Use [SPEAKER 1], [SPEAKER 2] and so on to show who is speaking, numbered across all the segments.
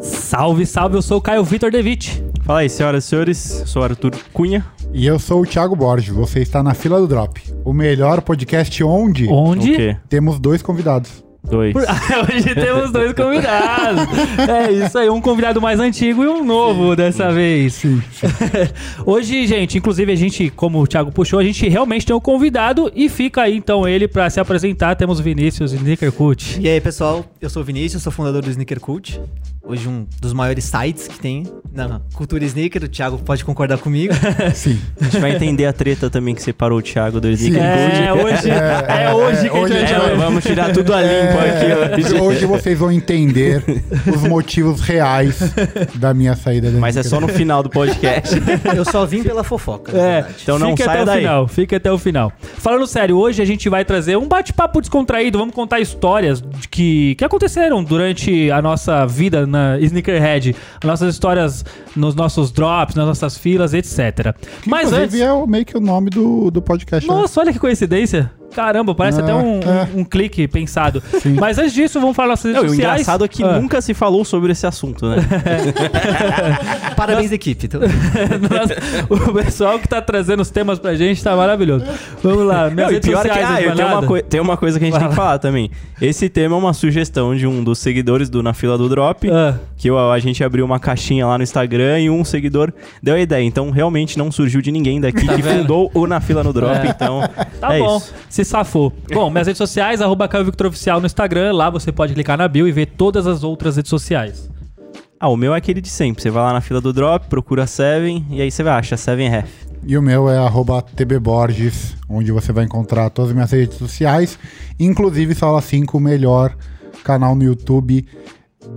[SPEAKER 1] Salve, salve, eu sou o Caio Vitor Devitt.
[SPEAKER 2] Fala aí, senhoras e senhores, eu sou Arthur Cunha.
[SPEAKER 3] E eu sou o Thiago Borges, você está na fila do Drop. O melhor podcast onde
[SPEAKER 2] O
[SPEAKER 1] Onde?
[SPEAKER 2] quê?
[SPEAKER 3] temos dois convidados.
[SPEAKER 2] Dois.
[SPEAKER 1] Hoje temos dois convidados. É isso aí, um convidado mais antigo e um novo dessa vez. Hoje, gente, inclusive a gente, como o Thiago puxou, a gente realmente tem um convidado e fica aí então ele pra se apresentar. Temos o Vinícius Nickercut.
[SPEAKER 4] E aí, pessoal, eu sou o Vinícius, sou fundador do Sneaker Cult. Hoje um dos maiores sites que tem na cultura sneaker, o Thiago pode concordar comigo.
[SPEAKER 1] É.
[SPEAKER 3] Sim.
[SPEAKER 2] A gente vai entender a treta também que separou o Thiago do Sneaker
[SPEAKER 1] É
[SPEAKER 2] Gold.
[SPEAKER 1] hoje, é, hoje que
[SPEAKER 3] hoje
[SPEAKER 1] a
[SPEAKER 3] a
[SPEAKER 1] gente
[SPEAKER 3] gente
[SPEAKER 1] vai...
[SPEAKER 3] vai-
[SPEAKER 2] vamos tirar tudo a limpo
[SPEAKER 3] É,
[SPEAKER 2] aqui. Hoje.
[SPEAKER 3] hoje vocês vão entender os motivos reais da minha saída. da
[SPEAKER 2] Mas é só no final do podcast.
[SPEAKER 4] eu só vim pela fofoca, na
[SPEAKER 1] É,
[SPEAKER 4] verdade.
[SPEAKER 2] Então não
[SPEAKER 1] fica
[SPEAKER 2] saia
[SPEAKER 1] até
[SPEAKER 2] daí.
[SPEAKER 1] o final, fica até o final. Falando sério, hoje a gente vai trazer um bate-papo descontraído, vamos contar histórias de que, que aconteceram durante a nossa vida na Sneakerhead, nossas histórias nos nossos drops, nas nossas filas, etc. Mas antes...
[SPEAKER 3] Inclusive é o- meio que o nome do, do podcast. né?
[SPEAKER 1] Nossa, olha que coincidência. Caramba, parece
[SPEAKER 3] Ah,
[SPEAKER 1] até um,
[SPEAKER 3] é.
[SPEAKER 1] um- um clique pensado. Mas antes disso, vamos falar nossas redes
[SPEAKER 2] Não, e o
[SPEAKER 1] sociais.
[SPEAKER 2] engraçado é que
[SPEAKER 1] Ah.
[SPEAKER 2] nunca se falou sobre esse assunto, né?
[SPEAKER 4] Parabéns, equipe. Então,
[SPEAKER 1] Nós- o pessoal que tá trazendo os temas pra gente tá maravilhoso. Vamos lá, minhas
[SPEAKER 2] Não, e
[SPEAKER 1] redes
[SPEAKER 2] pior é que
[SPEAKER 1] sociais,
[SPEAKER 2] ah, eu tenho,
[SPEAKER 1] Esmeralda.
[SPEAKER 2] uma coi- tem uma coisa que a gente
[SPEAKER 1] Vai
[SPEAKER 2] tem que
[SPEAKER 1] lá.
[SPEAKER 2] falar também. Esse tema é uma sugestão de um dos seguidores do Na Fila do Drop.
[SPEAKER 1] Ah.
[SPEAKER 2] Que eu- a gente abriu uma caixinha lá no Instagram e um seguidor deu a ideia. Então, realmente não surgiu de ninguém daqui que
[SPEAKER 1] Tá vendo?
[SPEAKER 2] fundou o Na Fila no Drop. Então,
[SPEAKER 1] Tá
[SPEAKER 2] é
[SPEAKER 1] bom,
[SPEAKER 2] isso.
[SPEAKER 1] se safou. Bom, minhas redes sociais, arroba Caio Victor Oficial no Instagram. Lá você pode clicar na bio e ver todas as outras redes sociais.
[SPEAKER 2] Ah, o meu é aquele de sempre. Você vai lá na Fila do Drop, procura Seven e aí você vai achar Seven Ref.
[SPEAKER 3] E o meu é arroba tbborges, onde você vai encontrar todas as minhas redes sociais, inclusive Sala 5, o melhor canal no YouTube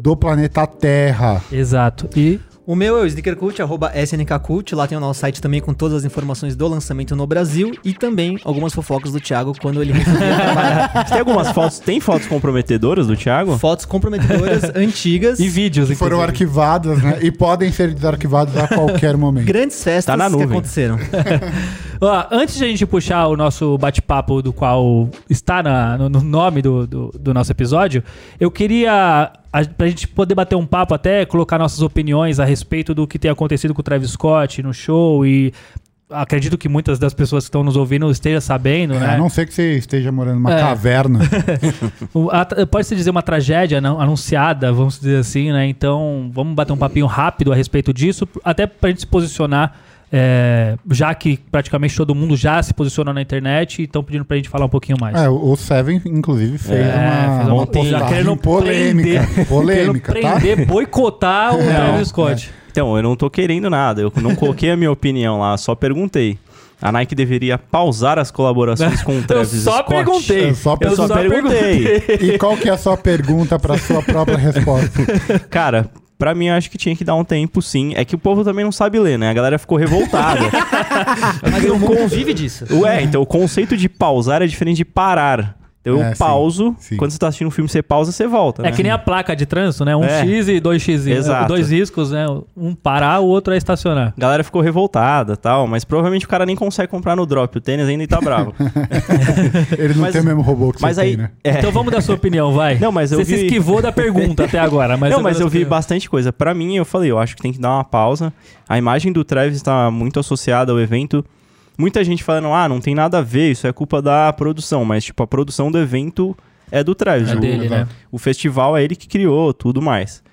[SPEAKER 3] do planeta Terra.
[SPEAKER 1] Exato. E
[SPEAKER 4] o meu é o Sneaker Cult, arroba SNKCult. Lá tem o nosso site também com todas as informações do lançamento no Brasil e também algumas fofocas do Thiago quando ele resolveu trabalhar.
[SPEAKER 2] Você tem algumas fotos? Tem fotos comprometedoras do Thiago?
[SPEAKER 4] Fotos comprometedoras antigas.
[SPEAKER 1] e vídeos,
[SPEAKER 3] Que foram
[SPEAKER 1] inclusive.
[SPEAKER 3] arquivadas, né? E podem ser desarquivadas a qualquer momento.
[SPEAKER 4] Grandes festas
[SPEAKER 2] Tá na
[SPEAKER 4] que
[SPEAKER 2] nuvem.
[SPEAKER 4] aconteceram.
[SPEAKER 1] Ó, antes de a gente puxar o nosso bate-papo, do qual está na- no, no nome do, do, do nosso episódio, eu queria, a, pra gente poder bater um papo até, colocar nossas opiniões a respeito do que tem acontecido com o Travis Scott no show e acredito que muitas das pessoas que estão nos ouvindo estejam sabendo,
[SPEAKER 3] É,
[SPEAKER 1] né?
[SPEAKER 3] A não ser que você esteja morando numa
[SPEAKER 1] É.
[SPEAKER 3] caverna.
[SPEAKER 1] O- a- Pode-se dizer uma tragédia não- anunciada, vamos dizer assim, né? Então, vamos bater um papinho rápido a respeito disso, até pra gente se posicionar, é, já que praticamente todo mundo já se posicionou na internet e estão pedindo pra gente falar um pouquinho mais.
[SPEAKER 3] É, o o Seven, inclusive, fez
[SPEAKER 1] É,
[SPEAKER 3] uma,
[SPEAKER 1] fez uma
[SPEAKER 3] uma
[SPEAKER 1] postagem.
[SPEAKER 3] postagem
[SPEAKER 1] Querendo
[SPEAKER 3] polêmica.
[SPEAKER 1] prender-
[SPEAKER 3] polêmica,
[SPEAKER 1] Quero
[SPEAKER 3] tá?
[SPEAKER 1] prender, boicotar o Travis Scott.
[SPEAKER 2] Então, eu não tô querendo nada. Eu não coloquei a minha opinião lá, só perguntei. A Nike deveria pausar as colaborações com o
[SPEAKER 1] Eu
[SPEAKER 2] Travis
[SPEAKER 1] só
[SPEAKER 2] Scott.
[SPEAKER 1] perguntei.
[SPEAKER 3] Eu só
[SPEAKER 2] Eu só,
[SPEAKER 3] Só
[SPEAKER 2] perguntei.
[SPEAKER 3] E qual que é a sua pergunta para sua própria resposta?
[SPEAKER 2] Cara, pra mim eu acho que tinha que dar um tempo sim. É que o povo também não sabe ler, né? A galera ficou revoltada.
[SPEAKER 4] Mas o mundo vive disso.
[SPEAKER 2] Ué, então o conceito de pausar é diferente de parar. Então eu
[SPEAKER 3] É, sim,
[SPEAKER 2] pauso,
[SPEAKER 3] sim.
[SPEAKER 2] quando você tá assistindo um filme, você pausa, você volta.
[SPEAKER 1] É
[SPEAKER 2] né?
[SPEAKER 1] que nem a placa de trânsito, né? Um
[SPEAKER 2] É.
[SPEAKER 1] X e dois X. né?
[SPEAKER 2] Exato.
[SPEAKER 1] Dois riscos, né? Um parar, o outro é estacionar.
[SPEAKER 2] A galera ficou revoltada tal, mas provavelmente o cara nem consegue comprar no drop. O tênis ainda tá bravo.
[SPEAKER 3] Ele não
[SPEAKER 2] Mas-
[SPEAKER 3] tem o mesmo robô que
[SPEAKER 2] mas
[SPEAKER 3] você
[SPEAKER 2] aí.
[SPEAKER 3] tem, né?
[SPEAKER 2] é.
[SPEAKER 1] Então vamos dar sua opinião, vai.
[SPEAKER 2] Não, mas eu
[SPEAKER 1] Você se
[SPEAKER 2] vi-
[SPEAKER 1] esquivou da pergunta até agora. Mas
[SPEAKER 2] não, mas eu vi
[SPEAKER 1] bastante.
[SPEAKER 2] bastante coisa. Pra mim, eu falei, eu acho que tem que dar uma pausa. A imagem do Travis tá muito associada ao evento. Muita gente falando, ah, não tem nada a ver, isso é culpa da produção. Mas, tipo, a produção do evento é do Travis.
[SPEAKER 1] É
[SPEAKER 2] O-
[SPEAKER 1] dele, né?
[SPEAKER 2] O festival é ele que criou, tudo mais.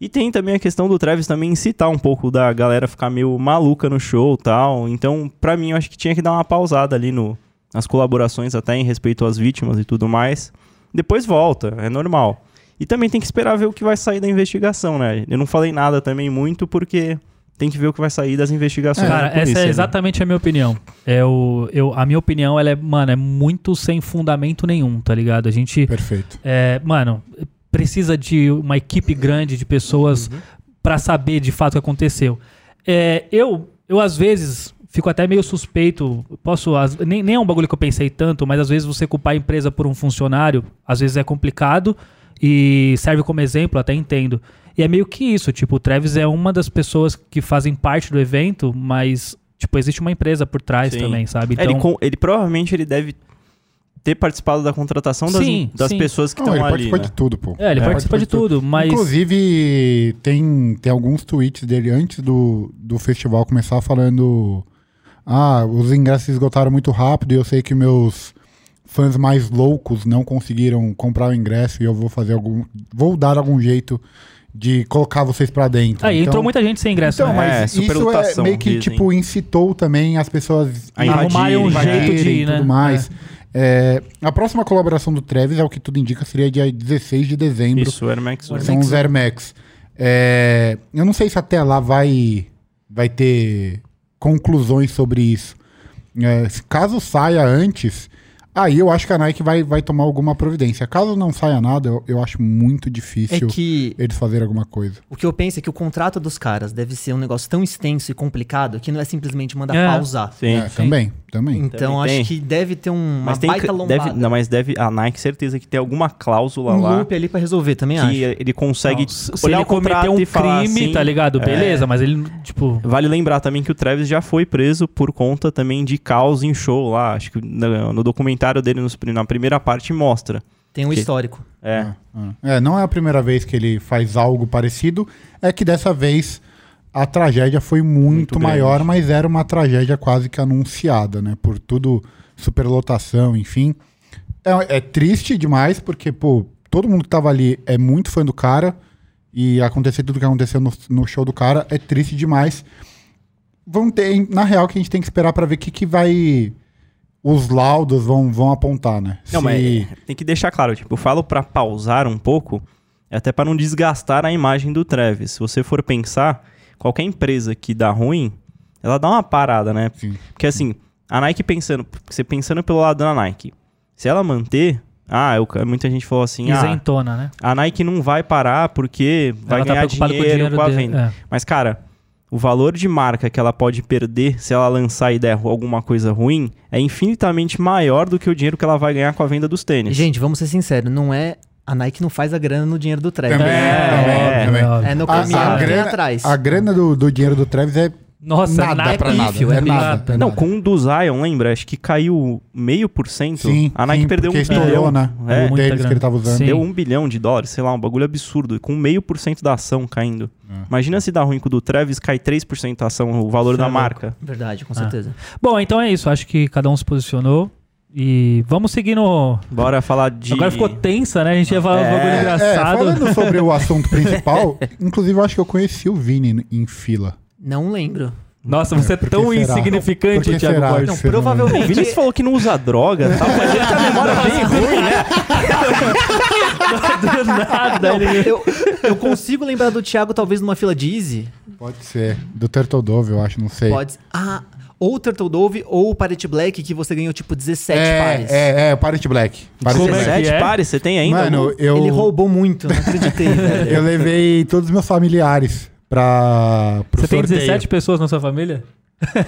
[SPEAKER 2] E tem também a questão do Travis também incitar um pouco da galera ficar meio maluca no show e tal. Então, pra mim, eu acho que tinha que dar uma pausada ali no, nas colaborações, até em respeito às vítimas e tudo mais. Depois volta, é normal. E também tem que esperar ver o que vai sair da investigação, né? Eu não falei nada também muito, porque tem que ver o que vai sair das investigações.
[SPEAKER 1] Cara,
[SPEAKER 2] da
[SPEAKER 1] essa
[SPEAKER 2] polícia,
[SPEAKER 1] é
[SPEAKER 2] né?
[SPEAKER 1] exatamente a minha opinião. É o, eu, a minha opinião, ela é, mano, é muito sem fundamento nenhum, tá ligado? A gente,
[SPEAKER 3] Perfeito.
[SPEAKER 1] é, mano, precisa de uma equipe grande de pessoas
[SPEAKER 3] Uhum.
[SPEAKER 1] pra saber de fato o que aconteceu. É, eu, eu, às vezes, fico até meio suspeito. Posso. as- nem, nem é um bagulho que eu pensei tanto, mas às vezes você culpar a empresa por um funcionário, às vezes é complicado e serve como exemplo, até entendo. E é meio que isso, tipo, o Travis é uma das pessoas que fazem parte do evento, mas, tipo, existe uma empresa por trás
[SPEAKER 2] Sim.
[SPEAKER 1] também, sabe?
[SPEAKER 2] É, ele, com- ele provavelmente ele deve ter participado da contratação das,
[SPEAKER 1] Sim,
[SPEAKER 2] das
[SPEAKER 1] sim.
[SPEAKER 2] pessoas que
[SPEAKER 3] Não,
[SPEAKER 2] estão
[SPEAKER 3] ele
[SPEAKER 2] ali.
[SPEAKER 3] participa
[SPEAKER 2] Né?
[SPEAKER 3] de tudo, pô.
[SPEAKER 1] É, ele participa de tudo, mas.
[SPEAKER 3] Inclusive, tem, tem alguns tweets dele antes do, do festival começar falando: Ah, os ingressos esgotaram muito rápido e eu sei que meus fãs mais loucos não conseguiram comprar o ingresso e eu vou fazer algum. Vou dar algum jeito de colocar vocês pra dentro.
[SPEAKER 1] Aí entrou
[SPEAKER 3] Então-
[SPEAKER 1] muita gente sem ingresso.
[SPEAKER 3] Então,
[SPEAKER 1] né?
[SPEAKER 2] É,
[SPEAKER 3] mas isso é
[SPEAKER 2] superlotação,
[SPEAKER 3] meio que,
[SPEAKER 2] dizem.
[SPEAKER 3] tipo, incitou também as pessoas
[SPEAKER 2] A
[SPEAKER 3] a
[SPEAKER 1] Arrumarem um
[SPEAKER 2] invadirem,
[SPEAKER 1] jeito de
[SPEAKER 3] e
[SPEAKER 1] ir, né?
[SPEAKER 3] tudo mais. É, a próxima colaboração do Travis, é o que tudo indica, seria dia 16 de dezembro.
[SPEAKER 2] Isso, era Max One.
[SPEAKER 3] São os Air Max. É, eu não sei se até lá vai, vai ter conclusões sobre isso. É, se- caso saia antes, aí eu acho que a Nike vai, vai tomar alguma providência. Caso não saia nada, eu, eu acho muito
[SPEAKER 4] É
[SPEAKER 3] difícil
[SPEAKER 4] que
[SPEAKER 3] eles fazerem alguma coisa.
[SPEAKER 4] o que eu penso é que o contrato dos caras deve ser um negócio tão extenso e complicado que não é simplesmente mandar
[SPEAKER 1] É.
[SPEAKER 4] pausar.
[SPEAKER 2] Sim.
[SPEAKER 3] É, também, também.
[SPEAKER 4] Então
[SPEAKER 2] Também
[SPEAKER 4] acho
[SPEAKER 2] tem.
[SPEAKER 4] que deve ter um- uma
[SPEAKER 2] Mas tem,
[SPEAKER 4] baita lombada.
[SPEAKER 2] deve, não, mas deve a Nike certeza que tem alguma cláusula
[SPEAKER 4] um
[SPEAKER 2] lá
[SPEAKER 4] loop ali pra resolver, também acho.
[SPEAKER 2] que ele consegue
[SPEAKER 1] Não, se se
[SPEAKER 2] Então, olhar
[SPEAKER 1] ele
[SPEAKER 2] o contrato
[SPEAKER 1] cometeu um
[SPEAKER 2] e falar
[SPEAKER 1] crime,
[SPEAKER 2] assim,
[SPEAKER 1] tá ligado? Beleza, mas ele, tipo.
[SPEAKER 2] Vale lembrar também que o Travis já foi preso por conta também de caos em show lá. Acho que no, no documentário dele, nos- na primeira parte, mostra.
[SPEAKER 4] Tem um
[SPEAKER 2] que-
[SPEAKER 4] histórico.
[SPEAKER 2] É.
[SPEAKER 3] É, não é a primeira vez que ele faz algo parecido. É que dessa vez a tragédia foi muito,
[SPEAKER 2] Muito grande.
[SPEAKER 3] maior, mas era uma tragédia quase que anunciada, né? Por tudo, superlotação, enfim. É, é triste demais, porque, pô, todo mundo que tava ali é muito fã do cara. E acontecer tudo que aconteceu no, no show do cara é triste demais. Vamos ter, na real, que a gente tem que esperar pra ver o que, que vai. Os laudos vão, vão apontar, né?
[SPEAKER 2] Não,
[SPEAKER 3] Se-
[SPEAKER 2] mas é, tem que deixar claro, tipo, eu falo pra pausar um pouco, até pra não desgastar a imagem do Travis. Se você for pensar, qualquer empresa que dá ruim, ela dá uma parada, né?
[SPEAKER 3] Sim.
[SPEAKER 2] Porque assim, a Nike pensando, você pensando pelo lado da Nike, se ela manter, ah, eu, muita gente falou assim, ah,
[SPEAKER 1] Isentona, né?
[SPEAKER 2] a Nike não vai parar porque vai
[SPEAKER 1] Ela tá
[SPEAKER 2] ganhar
[SPEAKER 1] preocupada com o
[SPEAKER 2] dinheiro, com,
[SPEAKER 1] dinheiro
[SPEAKER 2] a
[SPEAKER 1] dele,
[SPEAKER 2] venda.
[SPEAKER 1] é.
[SPEAKER 2] Mas, cara, o valor de marca que ela pode perder se ela lançar e der alguma coisa ruim é infinitamente maior do que o dinheiro que ela vai ganhar com a venda dos tênis.
[SPEAKER 4] Gente, vamos ser sinceros, não é... A Nike não faz a grana no dinheiro do Travis.
[SPEAKER 1] É,
[SPEAKER 3] Também,
[SPEAKER 2] é,
[SPEAKER 3] também, também.
[SPEAKER 4] É no
[SPEAKER 3] A,
[SPEAKER 4] caminho
[SPEAKER 3] assim, a
[SPEAKER 4] que tem
[SPEAKER 3] grana,
[SPEAKER 4] atrás.
[SPEAKER 3] a grana do, do dinheiro do Travis é
[SPEAKER 1] Nossa,
[SPEAKER 3] nada pra nada.
[SPEAKER 1] pífio,
[SPEAKER 3] é
[SPEAKER 1] pífio.
[SPEAKER 3] nada. é
[SPEAKER 2] não,
[SPEAKER 3] nada.
[SPEAKER 2] com o do Zion, lembra? Acho que caiu meio por cento.
[SPEAKER 3] Sim,
[SPEAKER 2] A Nike
[SPEAKER 3] sim,
[SPEAKER 2] perdeu um
[SPEAKER 3] porque estourou,
[SPEAKER 2] bilhão.
[SPEAKER 3] né?
[SPEAKER 2] É,
[SPEAKER 3] o
[SPEAKER 1] Muita
[SPEAKER 3] deles que
[SPEAKER 1] grana.
[SPEAKER 3] ele tava usando.
[SPEAKER 1] Sim.
[SPEAKER 2] Deu um bilhão de dólares, sei lá, um bagulho absurdo, com meio por cento da ação caindo.
[SPEAKER 3] É.
[SPEAKER 2] Imagina se dá ruim com o do Travis, cai 3% a ação, o valor
[SPEAKER 1] Isso
[SPEAKER 2] da
[SPEAKER 1] é louco.
[SPEAKER 2] marca.
[SPEAKER 4] Verdade, com
[SPEAKER 1] Ah.
[SPEAKER 4] certeza.
[SPEAKER 1] Bom, então é isso. Acho que cada um se posicionou. E vamos seguir no.
[SPEAKER 2] Bora falar de.
[SPEAKER 1] Agora ficou tensa, né? A gente ia falar uns
[SPEAKER 2] É,
[SPEAKER 1] bagulho
[SPEAKER 3] É, é,
[SPEAKER 1] engraçado. É.
[SPEAKER 3] falando sobre o assunto principal, inclusive eu acho que eu conheci o Vini em fila.
[SPEAKER 4] Não lembro.
[SPEAKER 1] Nossa, você é,
[SPEAKER 3] porque
[SPEAKER 1] tão
[SPEAKER 3] será? Por
[SPEAKER 1] insignificante,
[SPEAKER 3] que
[SPEAKER 1] Thiago
[SPEAKER 3] será?
[SPEAKER 1] Borges.
[SPEAKER 4] Não,
[SPEAKER 3] Você não-
[SPEAKER 2] O
[SPEAKER 4] provavelmente...
[SPEAKER 2] Vinícius falou que não usa droga, tá? Mas ele tá a memória bem ruim, né?
[SPEAKER 1] Do nada. ele-
[SPEAKER 4] Eu, eu consigo lembrar do Thiago talvez numa fila de Easy.
[SPEAKER 3] Pode ser. Do Turtle Dove, eu acho, não sei.
[SPEAKER 4] Pode. Ah, ou o Turtle Dove ou o Parity Black, que você ganhou tipo 17
[SPEAKER 3] é,
[SPEAKER 4] pares.
[SPEAKER 3] é, é, Pirate Black. Pirate
[SPEAKER 1] Como é
[SPEAKER 3] Black.
[SPEAKER 2] 17
[SPEAKER 1] que é?
[SPEAKER 2] pares, você tem ainda?
[SPEAKER 3] Mano, eu,
[SPEAKER 4] Ele roubou muito, não acreditei, velho.
[SPEAKER 3] eu levei todos os meus familiares pra, pro
[SPEAKER 1] Você tem
[SPEAKER 3] sorteio.
[SPEAKER 1] 17 pessoas na sua família?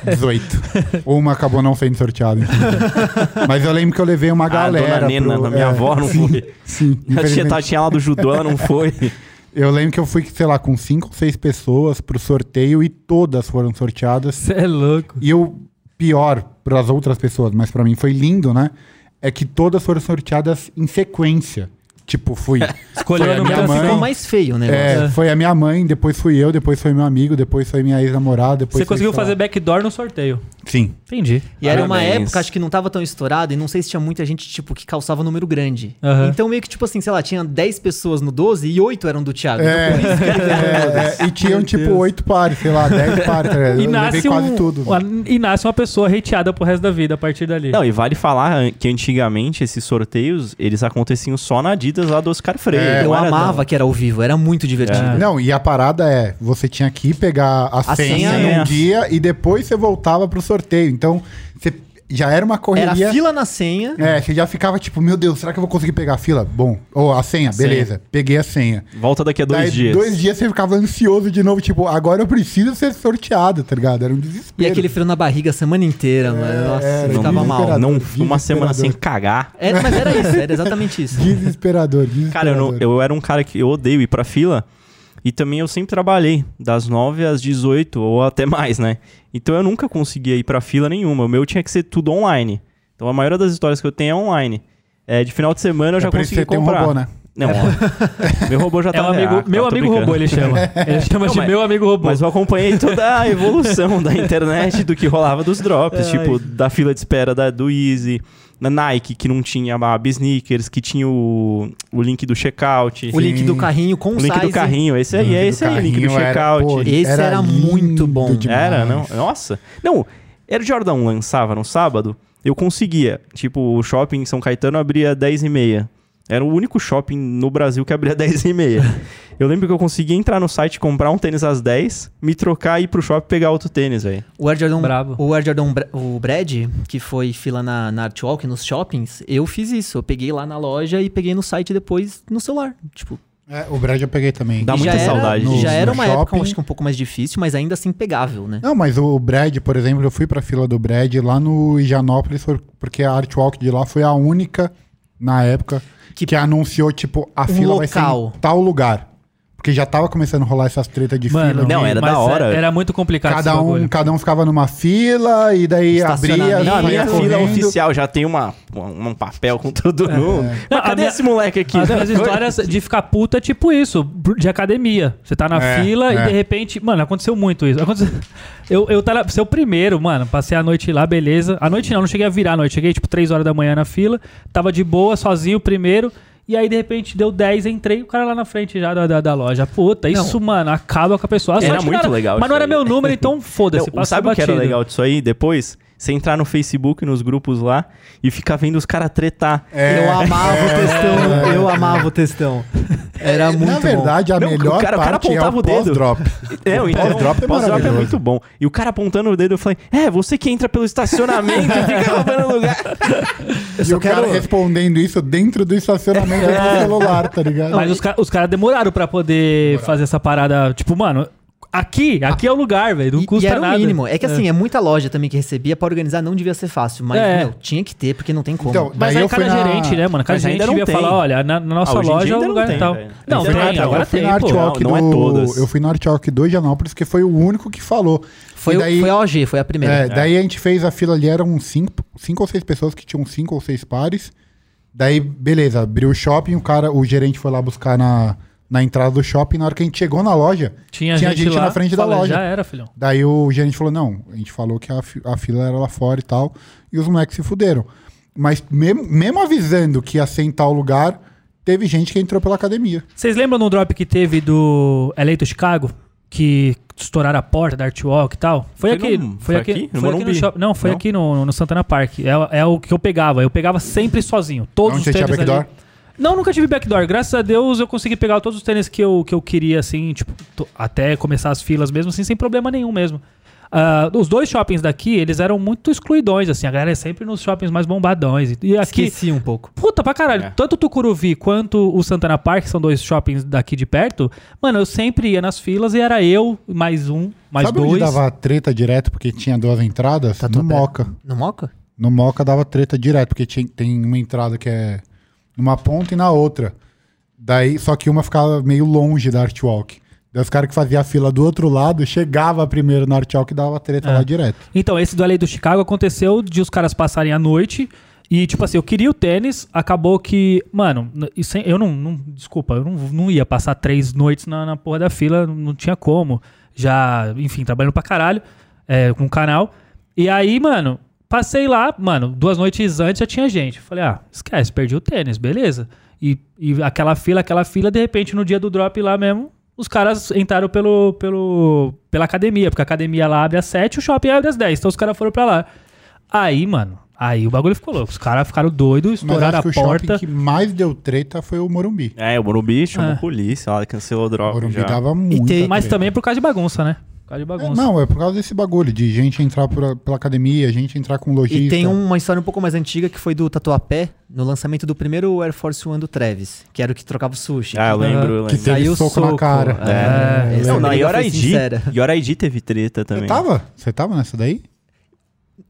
[SPEAKER 3] 18. Uma acabou não sendo sorteada. inclusive. Mas eu lembro que eu levei uma
[SPEAKER 2] a
[SPEAKER 3] galera.
[SPEAKER 2] Ah, dona Nena,
[SPEAKER 3] pro-
[SPEAKER 2] minha
[SPEAKER 3] é,
[SPEAKER 2] avó, não
[SPEAKER 3] sim,
[SPEAKER 2] foi.
[SPEAKER 3] Sim,
[SPEAKER 2] A tia
[SPEAKER 3] infelizmente.
[SPEAKER 2] tá- tinha lá do judô, ela não foi.
[SPEAKER 3] Eu lembro que eu fui, sei lá, com cinco ou seis pessoas pro sorteio e todas foram sorteadas.
[SPEAKER 1] Você é louco.
[SPEAKER 3] E o pior para as outras pessoas, mas pra mim foi lindo, né? É que todas foram sorteadas em sequência. Tipo, fui.
[SPEAKER 1] Escolheu a
[SPEAKER 3] foi a
[SPEAKER 1] número
[SPEAKER 3] minha
[SPEAKER 4] Então
[SPEAKER 1] cinco.
[SPEAKER 3] mãe.
[SPEAKER 4] ficou mais feio o negócio.
[SPEAKER 3] É, foi a minha mãe, depois fui eu, depois foi meu amigo, depois foi minha ex-namorada, depois
[SPEAKER 1] Você
[SPEAKER 3] foi,
[SPEAKER 1] conseguiu
[SPEAKER 3] sei lá.
[SPEAKER 1] fazer backdoor no sorteio.
[SPEAKER 3] Sim.
[SPEAKER 1] Entendi.
[SPEAKER 4] E era uma
[SPEAKER 2] Parabéns.
[SPEAKER 4] época, acho que não tava tão estourado, e não sei se tinha muita gente, tipo, que calçava número grande.
[SPEAKER 1] Aham.
[SPEAKER 4] Então, meio que, tipo assim, sei lá, tinha 10 pessoas no 12 e 8 eram do Thiago.
[SPEAKER 3] É, é, é, e tinham tipo oito pares, sei lá, dez pares. tá ligado?
[SPEAKER 1] E
[SPEAKER 3] Eu levei
[SPEAKER 1] nasce,
[SPEAKER 3] quase
[SPEAKER 1] um-
[SPEAKER 3] tudo.
[SPEAKER 1] uma, e nasce uma pessoa hateada pro resto da vida a partir dali.
[SPEAKER 2] Não, e vale falar que antigamente esses sorteios, eles aconteciam só na Adidas lá do Oscar Freire.
[SPEAKER 3] É,
[SPEAKER 4] Então, Eu
[SPEAKER 2] não era
[SPEAKER 4] amava
[SPEAKER 2] da-
[SPEAKER 4] que era ao vivo, era muito divertido.
[SPEAKER 1] É.
[SPEAKER 3] Não, e a parada é, você tinha que ir pegar a,
[SPEAKER 4] A
[SPEAKER 3] senha,
[SPEAKER 4] senha,
[SPEAKER 3] num
[SPEAKER 2] é.
[SPEAKER 3] dia e depois você voltava pro sorteio. Então, você já era uma
[SPEAKER 4] Era
[SPEAKER 3] correria.
[SPEAKER 4] fila na senha.
[SPEAKER 3] É, você já ficava tipo, meu Deus, será que eu vou conseguir pegar a fila? Bom, ou a senha,
[SPEAKER 2] senha.
[SPEAKER 3] beleza, peguei a senha.
[SPEAKER 2] Volta daqui a dois
[SPEAKER 3] Daí,
[SPEAKER 2] dias.
[SPEAKER 3] Dois dias você ficava ansioso de novo, tipo, agora eu preciso ser sorteado, tá ligado? Era um
[SPEAKER 4] E
[SPEAKER 3] desespero.
[SPEAKER 4] aquele frio na barriga a semana inteira, mano. Nossa,
[SPEAKER 3] É, era,
[SPEAKER 4] eu tava
[SPEAKER 2] não,
[SPEAKER 4] mal.
[SPEAKER 3] desesperado.
[SPEAKER 2] não,
[SPEAKER 3] desesperador,
[SPEAKER 2] uma semana sem
[SPEAKER 3] desesperador.
[SPEAKER 2] cagar.
[SPEAKER 4] Era- mas era isso, era exatamente isso.
[SPEAKER 3] Desesperador, desesperador.
[SPEAKER 2] Cara, eu, não- eu era um cara que eu odeio ir pra fila. E também eu sempre trabalhei, das 9 às 18 ou até mais, né? Então eu nunca conseguia ir pra fila nenhuma. O meu tinha que ser tudo online. Então a maioria das histórias que eu tenho é online. É, de final de semana eu já
[SPEAKER 3] por isso
[SPEAKER 2] consegui
[SPEAKER 3] que você tem um
[SPEAKER 2] comprar.
[SPEAKER 3] robô, né?
[SPEAKER 2] Não, ó, meu robô já tá
[SPEAKER 1] É o amigo,
[SPEAKER 2] Ah, tá,
[SPEAKER 1] meu
[SPEAKER 2] tô
[SPEAKER 1] amigo
[SPEAKER 2] brincando.
[SPEAKER 1] robô, ele chama. Ele chama
[SPEAKER 2] Não,
[SPEAKER 1] de
[SPEAKER 2] mas-
[SPEAKER 1] meu amigo robô.
[SPEAKER 2] Mas eu acompanhei toda a evolução da internet, do que rolava dos drops,
[SPEAKER 4] Ai.
[SPEAKER 2] tipo, da fila de espera da, do Easy, na Nike, que não tinha a aba Sneakers, que tinha o, o link do checkout.
[SPEAKER 4] O link
[SPEAKER 3] Sim.
[SPEAKER 4] do carrinho com
[SPEAKER 2] O link do
[SPEAKER 4] size.
[SPEAKER 2] carrinho, esse aí,
[SPEAKER 3] O link
[SPEAKER 2] é
[SPEAKER 3] do
[SPEAKER 2] esse aí, o link do
[SPEAKER 3] carrinho era, pô,
[SPEAKER 2] checkout.
[SPEAKER 4] Esse era
[SPEAKER 3] lindo
[SPEAKER 4] muito bom.
[SPEAKER 3] demais.
[SPEAKER 2] Era, não? Nossa. Não, era o Jordan lançava no sábado, eu conseguia. Tipo, o shopping em São Caetano abria 10 e meia. Era o único shopping no Brasil que abria 10 e meia. Eu lembro que eu conseguia entrar no site, comprar um tênis às 10, me trocar e ir pro shopping pegar outro tênis, velho.
[SPEAKER 4] O Air Jordan,
[SPEAKER 1] Bravo.
[SPEAKER 4] o Air Jordan Bra- o Brad, que foi fila na, na Artwalk, nos shoppings, eu fiz isso. Eu peguei lá na loja e peguei no site depois no celular. Tipo,
[SPEAKER 3] É, o Brad eu peguei também.
[SPEAKER 2] Dá
[SPEAKER 4] e
[SPEAKER 2] muita
[SPEAKER 4] já era-
[SPEAKER 2] saudade né?
[SPEAKER 3] disso.
[SPEAKER 4] Já era
[SPEAKER 3] No
[SPEAKER 4] uma época,
[SPEAKER 3] shopping.
[SPEAKER 4] acho que um pouco mais difícil, mas ainda assim pegável, né?
[SPEAKER 3] Não, mas o Brad, por exemplo, eu fui pra fila do Brad lá no Higienópolis, por- porque a Artwalk de lá foi a única, na época,
[SPEAKER 4] Que-
[SPEAKER 3] que, anunciou, tipo, a
[SPEAKER 4] Um
[SPEAKER 3] fila vai
[SPEAKER 4] local.
[SPEAKER 3] ser em tal lugar. Porque já tava começando a rolar essas tretas de
[SPEAKER 1] Mano,
[SPEAKER 3] fila.
[SPEAKER 2] Não,
[SPEAKER 3] de-
[SPEAKER 2] era
[SPEAKER 1] mas
[SPEAKER 2] da
[SPEAKER 1] é-
[SPEAKER 2] hora.
[SPEAKER 1] Era muito complicado
[SPEAKER 3] cada
[SPEAKER 1] esse
[SPEAKER 3] um,
[SPEAKER 1] bagulho.
[SPEAKER 3] cada um ficava numa fila e daí abria,
[SPEAKER 4] Estacionamento.
[SPEAKER 2] Não, a
[SPEAKER 3] saía
[SPEAKER 2] minha fila
[SPEAKER 3] correndo.
[SPEAKER 2] oficial já tem uma, um, um papel com todo mundo.
[SPEAKER 1] Não,
[SPEAKER 2] Mas
[SPEAKER 1] É. a
[SPEAKER 2] cadê
[SPEAKER 1] minha-
[SPEAKER 2] esse moleque aqui?
[SPEAKER 1] As, as histórias de ficar puta é tipo isso, de academia. Você tá na
[SPEAKER 3] É,
[SPEAKER 1] fila e
[SPEAKER 3] é.
[SPEAKER 1] de repente. Mano, aconteceu muito isso. Aconteceu- Eu, eu tava. Seu primeiro, mano, passei a noite lá, beleza. A noite não, não cheguei a virar a noite. Cheguei tipo 3 horas da manhã na fila, tava de boa, sozinho primeiro. E aí, de repente, deu 10, entrei, o cara lá na frente já da, da, da loja. Puta, isso, mano, acaba com a pessoa. A
[SPEAKER 2] Era
[SPEAKER 1] sorte não
[SPEAKER 2] muito legal
[SPEAKER 1] Mas não
[SPEAKER 2] isso
[SPEAKER 1] era meu
[SPEAKER 2] aí.
[SPEAKER 1] número, então foda-se.
[SPEAKER 2] Não,
[SPEAKER 1] passa
[SPEAKER 2] sabe o que era
[SPEAKER 1] batido.
[SPEAKER 2] legal disso aí? Depois, você entrar no Facebook, nos grupos lá, e ficar vendo os caras tretar.
[SPEAKER 3] É.
[SPEAKER 4] eu amava o textão. Eu amava o textão. Era muito
[SPEAKER 3] É, Na verdade, a
[SPEAKER 2] Não, o
[SPEAKER 3] melhor
[SPEAKER 2] cara- o cara
[SPEAKER 3] parte é
[SPEAKER 2] apontava
[SPEAKER 3] o
[SPEAKER 2] o dedo.
[SPEAKER 3] pós-drop.
[SPEAKER 2] É,
[SPEAKER 3] O
[SPEAKER 2] então,
[SPEAKER 3] pós-drop é
[SPEAKER 2] o pós-drop é
[SPEAKER 3] maravilhoso.
[SPEAKER 2] muito bom. E o cara apontando o dedo, eu falei, é, você que entra pelo estacionamento e fica roubando lugar.
[SPEAKER 4] bom. Eu
[SPEAKER 3] E
[SPEAKER 4] só
[SPEAKER 3] o cara
[SPEAKER 4] quero...
[SPEAKER 3] respondendo isso dentro do estacionamento do celular, tá ligado?
[SPEAKER 1] É. Mas os, ca- os caras demoraram pra poder fazer essa parada. Tipo, mano, aqui, aqui é o lugar, velho. Não
[SPEAKER 4] E-
[SPEAKER 1] custa
[SPEAKER 4] e era o
[SPEAKER 1] nada.
[SPEAKER 4] mínimo. É que assim, é. muita loja também que recebia. Pra organizar não devia ser fácil, mas
[SPEAKER 1] É.
[SPEAKER 4] meu, tinha que ter, porque não tem como.
[SPEAKER 3] Então,
[SPEAKER 1] Mas
[SPEAKER 3] Daí
[SPEAKER 1] aí
[SPEAKER 3] eu fui
[SPEAKER 1] cada
[SPEAKER 3] na-
[SPEAKER 1] gerente, né, mano? Cada
[SPEAKER 2] Mas ainda
[SPEAKER 1] gerente
[SPEAKER 2] não
[SPEAKER 1] devia
[SPEAKER 2] tem.
[SPEAKER 1] falar, olha, na, na nossa
[SPEAKER 2] Ah, hoje em
[SPEAKER 1] loja
[SPEAKER 2] dia
[SPEAKER 1] é o
[SPEAKER 2] ainda não
[SPEAKER 1] lugar
[SPEAKER 2] tem,
[SPEAKER 1] tal.
[SPEAKER 2] velho.
[SPEAKER 1] Não,
[SPEAKER 2] Ainda
[SPEAKER 1] tem,
[SPEAKER 2] não tem.
[SPEAKER 1] agora
[SPEAKER 3] eu fui
[SPEAKER 1] tem,
[SPEAKER 3] na
[SPEAKER 1] pô.
[SPEAKER 3] Artwalk
[SPEAKER 2] Não,
[SPEAKER 3] do...
[SPEAKER 2] não é todas.
[SPEAKER 3] Eu fui na Artwalk do Higienópolis, que foi o único que falou.
[SPEAKER 4] foi,
[SPEAKER 3] E
[SPEAKER 4] o-
[SPEAKER 3] daí,
[SPEAKER 4] foi a OG, foi a primeira.
[SPEAKER 3] é,
[SPEAKER 1] né?
[SPEAKER 3] daí a gente fez a fila ali, eram cinco, cinco ou seis pessoas que tinham cinco ou seis pares. Daí, beleza, abriu o shopping, o cara, o gerente foi lá buscar na, na entrada do shopping. Na hora que a gente chegou na loja,
[SPEAKER 1] Tinha, gente, lá,
[SPEAKER 3] na frente da
[SPEAKER 1] falei,
[SPEAKER 3] loja.
[SPEAKER 1] Já era, filhão.
[SPEAKER 3] Daí o gerente falou: não, a gente falou que a, fi- a fila era lá fora e tal. E os moleques se fuderam. Mas mesmo, mesmo avisando que ia ser em tal lugar, teve gente que entrou pela academia.
[SPEAKER 1] Vocês lembram do drop que teve do Eleito Chicago? Que estouraram a porta da Artwalk e tal? Foi,
[SPEAKER 2] Foi
[SPEAKER 1] aqui.
[SPEAKER 2] no-
[SPEAKER 1] foi
[SPEAKER 2] foi
[SPEAKER 1] aqui,
[SPEAKER 2] aqui? No
[SPEAKER 1] foi aqui no
[SPEAKER 2] Morumbi?
[SPEAKER 1] shopping. Não, foi
[SPEAKER 2] Não?
[SPEAKER 1] aqui no, no Santana Park. É, é o que eu pegava. Eu pegava sempre sozinho. Todos
[SPEAKER 3] Onde
[SPEAKER 1] os
[SPEAKER 3] você tinha
[SPEAKER 1] tênis ali.
[SPEAKER 3] backdoor?
[SPEAKER 1] Não, nunca tive backdoor. Graças a Deus eu consegui pegar todos os tênis que eu, que eu queria, assim, tipo, to- até começar as filas mesmo, assim, sem problema nenhum mesmo. Ah, os dois shoppings daqui, eles eram muito excluidões, assim, a galera é sempre nos shoppings mais bombadões. E- E aqui,
[SPEAKER 4] Esqueci um pouco.
[SPEAKER 1] puta pra caralho,
[SPEAKER 2] É.
[SPEAKER 1] tanto o Tucuruvi quanto o Santana Park, que são dois shoppings daqui de perto, mano, eu sempre ia nas filas e era eu, mais um, mais
[SPEAKER 3] Sabe onde
[SPEAKER 1] dois.
[SPEAKER 3] dava treta direto porque tinha duas entradas? no
[SPEAKER 4] Tatuapé.
[SPEAKER 3] Tá Moca.
[SPEAKER 4] No Moca?
[SPEAKER 3] No Moca dava treta direto, porque tinha, tem uma entrada que é numa ponta e na outra. Daí, só que uma ficava meio longe da Artwalk. Daí os caras que faziam a fila do outro lado chegava primeiro na Artwalk e dava treta lá direto.
[SPEAKER 1] Então, esse do LA do Chicago aconteceu de os caras passarem a noite. E, tipo assim, eu queria o tênis, acabou que. Mano, n- e sem- eu não, não- Desculpa, eu não, não ia passar três noites na, na porra da fila, não tinha como. Já, enfim, trabalhando pra caralho, é, com o canal. E aí, mano, passei lá, mano, duas noites antes já tinha gente. Falei, ah, esquece, perdi o tênis, beleza. E, e aquela fila, aquela fila, de repente, no dia do drop lá mesmo, os caras entraram pelo, pelo, pela academia, porque a academia lá abre às 7 o shopping abre às 10. Então os caras foram pra lá. Aí, mano, aí o bagulho ficou louco. Os caras ficaram doidos,
[SPEAKER 3] Mas
[SPEAKER 1] estouraram
[SPEAKER 3] acho
[SPEAKER 1] a
[SPEAKER 3] que o
[SPEAKER 1] porta.
[SPEAKER 3] shopping que mais deu treta foi o Morumbi.
[SPEAKER 2] É, o Morumbi chamou
[SPEAKER 1] Ah.
[SPEAKER 2] a polícia, ela cancelou o
[SPEAKER 3] O
[SPEAKER 2] drop
[SPEAKER 3] Morumbi
[SPEAKER 2] já.
[SPEAKER 3] dava muito.
[SPEAKER 4] tem-
[SPEAKER 1] Mas também por causa de bagunça, né? Por causa de bagunça.
[SPEAKER 3] não, é por causa desse bagulho de gente entrar por- pela academia, gente entrar com lojista.
[SPEAKER 4] E tem uma história um pouco mais antiga que foi do Tatuapé, no lançamento do primeiro Air Force One do Travis, que era o que trocava o sushi.
[SPEAKER 2] Ah, eu lembro, eu
[SPEAKER 3] que
[SPEAKER 2] lembro.
[SPEAKER 3] teve
[SPEAKER 4] Saiu
[SPEAKER 3] soco,
[SPEAKER 4] soco,
[SPEAKER 3] na cara.
[SPEAKER 4] é.
[SPEAKER 3] eu
[SPEAKER 4] Esse
[SPEAKER 2] Não,
[SPEAKER 3] lembro.
[SPEAKER 2] na
[SPEAKER 4] briga foi
[SPEAKER 2] Yoraidi,
[SPEAKER 4] sincera.
[SPEAKER 2] Yoraidi teve treta também.
[SPEAKER 3] Você tava? Você tava nessa daí?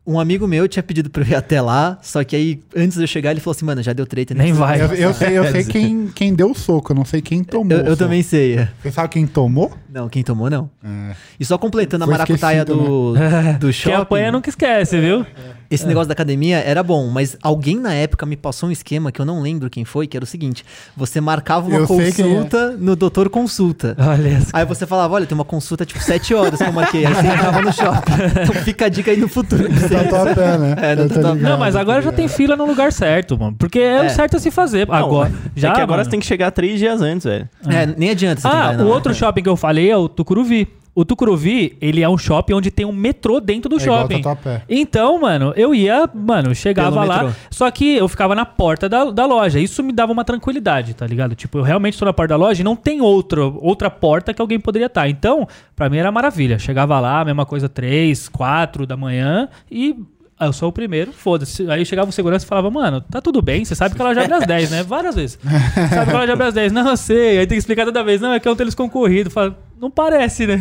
[SPEAKER 4] Um amigo meu tinha pedido pra eu ir até lá, só que aí, antes de eu chegar, ele falou assim, mano, já deu treta.
[SPEAKER 1] Nem vai.
[SPEAKER 3] Eu, eu sei, eu sei quem, quem deu o soco, eu não sei quem tomou.
[SPEAKER 4] Eu,
[SPEAKER 3] o
[SPEAKER 4] eu
[SPEAKER 3] soco.
[SPEAKER 4] também sei.
[SPEAKER 3] Você sabe quem tomou?
[SPEAKER 4] Não, quem tomou, não.
[SPEAKER 3] É.
[SPEAKER 4] E só completando a
[SPEAKER 3] Foi
[SPEAKER 4] maracutaia
[SPEAKER 3] esquecido, né?
[SPEAKER 4] do,
[SPEAKER 1] Quem
[SPEAKER 4] do
[SPEAKER 1] É.
[SPEAKER 4] shopping...
[SPEAKER 3] É,
[SPEAKER 1] apanha nunca esquece, viu?
[SPEAKER 4] Esse negócio da academia era bom, mas alguém na época me passou um esquema que eu não lembro quem foi, que era o seguinte: você marcava uma
[SPEAKER 3] Eu sei quem é.
[SPEAKER 4] consulta no doutor consulta.
[SPEAKER 1] Olha essa.
[SPEAKER 4] Aí você falava, olha, tem uma consulta tipo 7 horas que eu marquei. Aí você entrava no shopping. Então fica a dica aí no futuro. pra
[SPEAKER 3] Tá
[SPEAKER 4] vocês.
[SPEAKER 3] tatuapé, né?
[SPEAKER 4] É, tá
[SPEAKER 3] Eu tô
[SPEAKER 4] tatuapé.
[SPEAKER 3] ligado,
[SPEAKER 1] Não, mas
[SPEAKER 3] tô
[SPEAKER 1] agora já
[SPEAKER 3] ligado.
[SPEAKER 1] tem fila no lugar certo, mano. Porque é,
[SPEAKER 4] É.
[SPEAKER 1] o certo a se fazer. agora. Já,
[SPEAKER 2] é que agora
[SPEAKER 1] mano.
[SPEAKER 2] você tem né? que chegar três dias antes, velho.
[SPEAKER 4] É, nem adianta você
[SPEAKER 1] Ah,
[SPEAKER 4] treinar,
[SPEAKER 1] o
[SPEAKER 4] não.
[SPEAKER 1] outro shopping que eu falei é o Tucuruvi. O Tucuruvi, ele é um shopping onde tem um metrô dentro do
[SPEAKER 3] É igual
[SPEAKER 1] shopping.
[SPEAKER 3] Tatuapé.
[SPEAKER 1] Então, mano, eu ia, mano, chegava
[SPEAKER 4] Pelo
[SPEAKER 1] lá,
[SPEAKER 4] metrô.
[SPEAKER 1] só que eu ficava na porta da, da loja. Isso me dava uma tranquilidade, tá ligado? Tipo, eu realmente estou na porta da loja e não tem outro, outra porta que alguém poderia estar. Então, pra mim era maravilha. Chegava lá, mesma coisa, três, quatro da manhã e. ah, Eu sou o primeiro, foda-se. Aí chegava o segurança e falava, mano, tá tudo bem, você sabe que ela já abre às 10, né? Várias vezes. Sabe que ela já abre às 10? Não, eu sei. Aí tem que explicar toda vez, não, é que é um deles concorrido. Fala, não parece, né?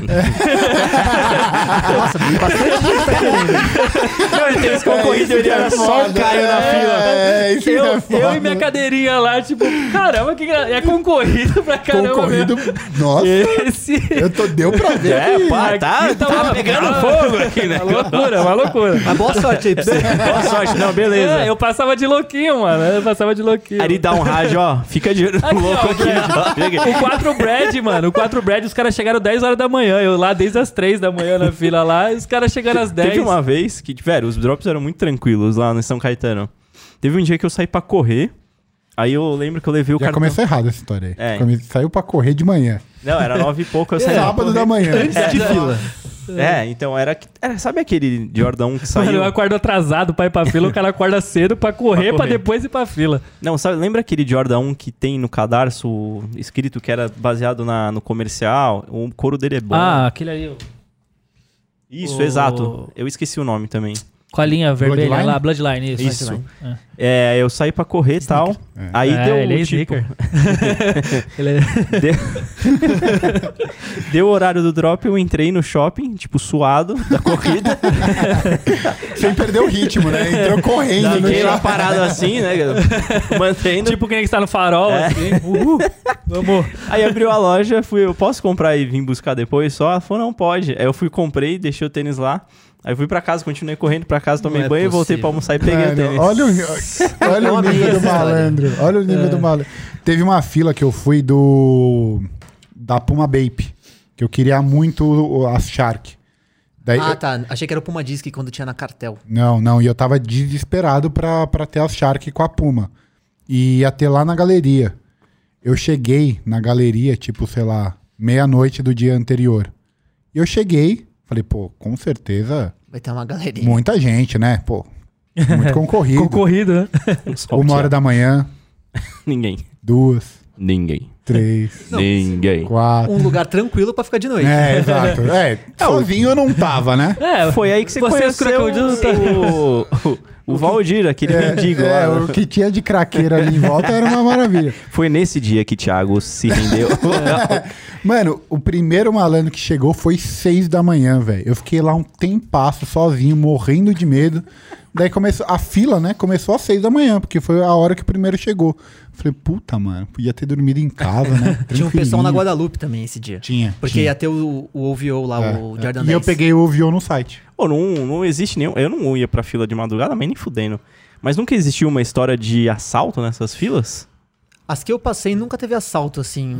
[SPEAKER 4] Nossa, bastante gente tá querendo.
[SPEAKER 2] Eles concorridos, ele
[SPEAKER 1] é
[SPEAKER 2] era só o Caio na fila.
[SPEAKER 3] É, isso
[SPEAKER 1] Eu,
[SPEAKER 3] que é
[SPEAKER 1] eu
[SPEAKER 3] foda.
[SPEAKER 1] e minha cadeirinha lá, tipo, caramba, que gra... é concorrido pra caramba.
[SPEAKER 3] Concorrido.
[SPEAKER 1] mesmo.
[SPEAKER 3] Nossa,
[SPEAKER 4] É.
[SPEAKER 1] Esse. né,
[SPEAKER 3] eu tô, deu pra ver.
[SPEAKER 2] É,
[SPEAKER 3] que-
[SPEAKER 2] pá, tá,
[SPEAKER 1] Aqui tá
[SPEAKER 2] tá
[SPEAKER 1] uma-
[SPEAKER 2] pegando fogo aqui, né?
[SPEAKER 1] Uma loucura, uma loucura.
[SPEAKER 4] Mas boa sorte aí pra você.
[SPEAKER 2] Boa sorte, não, beleza.
[SPEAKER 1] É, eu passava de louquinho, mano. Eu passava de louquinho.
[SPEAKER 2] Aí ele dá um rádio, ó. Fica de olho no
[SPEAKER 1] Aqui, ó,
[SPEAKER 2] louco
[SPEAKER 1] o
[SPEAKER 2] aqui.
[SPEAKER 1] Brad.
[SPEAKER 2] ó. Chega aqui.
[SPEAKER 1] O 4 Bread, mano. O 4 Bread, os caras chegaram 10 horas da manhã. Eu lá desde as 3 da manhã na fila lá. E os caras chegaram às 10.
[SPEAKER 2] Teve uma vez que, velho, os drops eram muito tranquilos lá no São Caetano. Teve um dia que eu saí pra correr. Aí eu lembro que eu levei o
[SPEAKER 3] Já
[SPEAKER 2] cartão.
[SPEAKER 3] começou errado essa história aí.
[SPEAKER 2] É.
[SPEAKER 3] Come- Saiu pra correr de manhã.
[SPEAKER 2] Não, era nove e pouco, eu saí.
[SPEAKER 3] Sábado da manhã.
[SPEAKER 2] É,
[SPEAKER 4] de fila.
[SPEAKER 2] É, então era, que- era- Sabe aquele Jordan 1 que saiu?
[SPEAKER 1] Mano, eu acordo atrasado pra ir pra fila. O cara acorda cedo pra correr, pra,
[SPEAKER 2] Pra correr.
[SPEAKER 1] depois ir pra fila.
[SPEAKER 2] Não, sabe, lembra aquele Jordan 1 que tem no cadarço escrito que era baseado na, no comercial? O couro dele é bom.
[SPEAKER 1] Ah, aquele aí.
[SPEAKER 2] Isso,
[SPEAKER 1] o-
[SPEAKER 2] exato. Eu esqueci o nome também.
[SPEAKER 1] Com a linha vermelha
[SPEAKER 3] vermelha Bloodline?
[SPEAKER 1] lá,
[SPEAKER 3] lá,
[SPEAKER 1] Bloodline. Isso.
[SPEAKER 2] Isso. Bloodline. É, eu saí pra correr e tal. Aí
[SPEAKER 1] É,
[SPEAKER 2] deu,
[SPEAKER 1] ele é
[SPEAKER 2] tipo,
[SPEAKER 1] sneaker. ele é...
[SPEAKER 2] deu o horário do drop, eu entrei no shopping, tipo, suado da corrida.
[SPEAKER 3] Sem perder o ritmo, né? Entrou correndo no
[SPEAKER 2] Fiquei lá
[SPEAKER 3] chão.
[SPEAKER 2] parado assim, né? Mantendo.
[SPEAKER 1] Tipo quem é que está no farol, assim. Uhul. Vamos.
[SPEAKER 2] Aí abriu a loja, fui, eu posso comprar e vir buscar depois só? Ela falou, não pode. Aí eu fui, comprei, deixei o tênis lá. Aí eu fui pra casa, continuei correndo pra casa, tomei
[SPEAKER 4] Não é
[SPEAKER 2] banho, voltei
[SPEAKER 4] possível.
[SPEAKER 2] pra almoçar e peguei o
[SPEAKER 3] Mano,
[SPEAKER 2] tênis.
[SPEAKER 3] olha o, olha
[SPEAKER 4] Eu
[SPEAKER 3] o
[SPEAKER 4] amei
[SPEAKER 3] nível
[SPEAKER 4] essa
[SPEAKER 3] do
[SPEAKER 4] história. É.
[SPEAKER 3] malandro. Olha o nível do malandro. Teve uma fila que eu fui do. Da Puma Bape. Que eu queria muito o- as Shark. Daí,
[SPEAKER 4] Ah, tá. Achei que era o Puma Disc quando tinha na cartel.
[SPEAKER 3] Não, não. E eu tava desesperado pra, pra ter a Shark com a Puma. E ia ter lá na galeria. Eu cheguei na galeria, tipo, sei lá, meia-noite do dia anterior. E eu cheguei, falei, pô, com certeza,
[SPEAKER 4] Vai ter uma galerinha.
[SPEAKER 3] muita gente, né? Pô, muito concorrido.
[SPEAKER 1] Concorrido, né?
[SPEAKER 2] Só
[SPEAKER 3] Uma hora
[SPEAKER 2] pra-
[SPEAKER 3] da manhã,
[SPEAKER 2] Ninguém.
[SPEAKER 3] duas,
[SPEAKER 2] Ninguém.
[SPEAKER 3] três,
[SPEAKER 2] Ninguém.
[SPEAKER 3] quatro.
[SPEAKER 4] Um lugar tranquilo pra ficar de noite.
[SPEAKER 3] É, exato. É, sozinho eu não tava, né?
[SPEAKER 1] É,
[SPEAKER 2] Foi aí que você
[SPEAKER 1] Vocês
[SPEAKER 2] conheceu
[SPEAKER 1] crocodilos tá-
[SPEAKER 2] o, o, o Valdir, aquele mendigo
[SPEAKER 3] É,
[SPEAKER 2] lá.
[SPEAKER 3] o que tinha de craqueira ali em volta era uma maravilha.
[SPEAKER 2] Foi nesse dia que Thiago se rendeu.
[SPEAKER 3] Mano, o primeiro malandro que chegou foi seis da manhã, velho. Eu fiquei lá um tempasso sozinho, morrendo de medo. Daí começou. A fila, né? Começou às seis da manhã, porque foi a hora que o primeiro chegou. Falei, puta, mano, podia ter dormido em casa, né?
[SPEAKER 4] Tinha um pessoal
[SPEAKER 3] Tranquilinho.
[SPEAKER 4] na Guadalupe também esse dia.
[SPEAKER 3] Tinha.
[SPEAKER 4] Porque
[SPEAKER 3] tinha.
[SPEAKER 4] ia ter o, o OVO lá,
[SPEAKER 3] É,
[SPEAKER 4] o
[SPEAKER 3] é.
[SPEAKER 4] Jordan
[SPEAKER 3] E eu
[SPEAKER 4] 10.
[SPEAKER 3] peguei o Ovion no site.
[SPEAKER 2] Pô, não, não existe nenhum. Eu não ia pra fila de madrugada, mas nem fudendo. Mas nunca existiu uma história de assalto nessas filas?
[SPEAKER 4] As que eu passei nunca teve assalto, assim.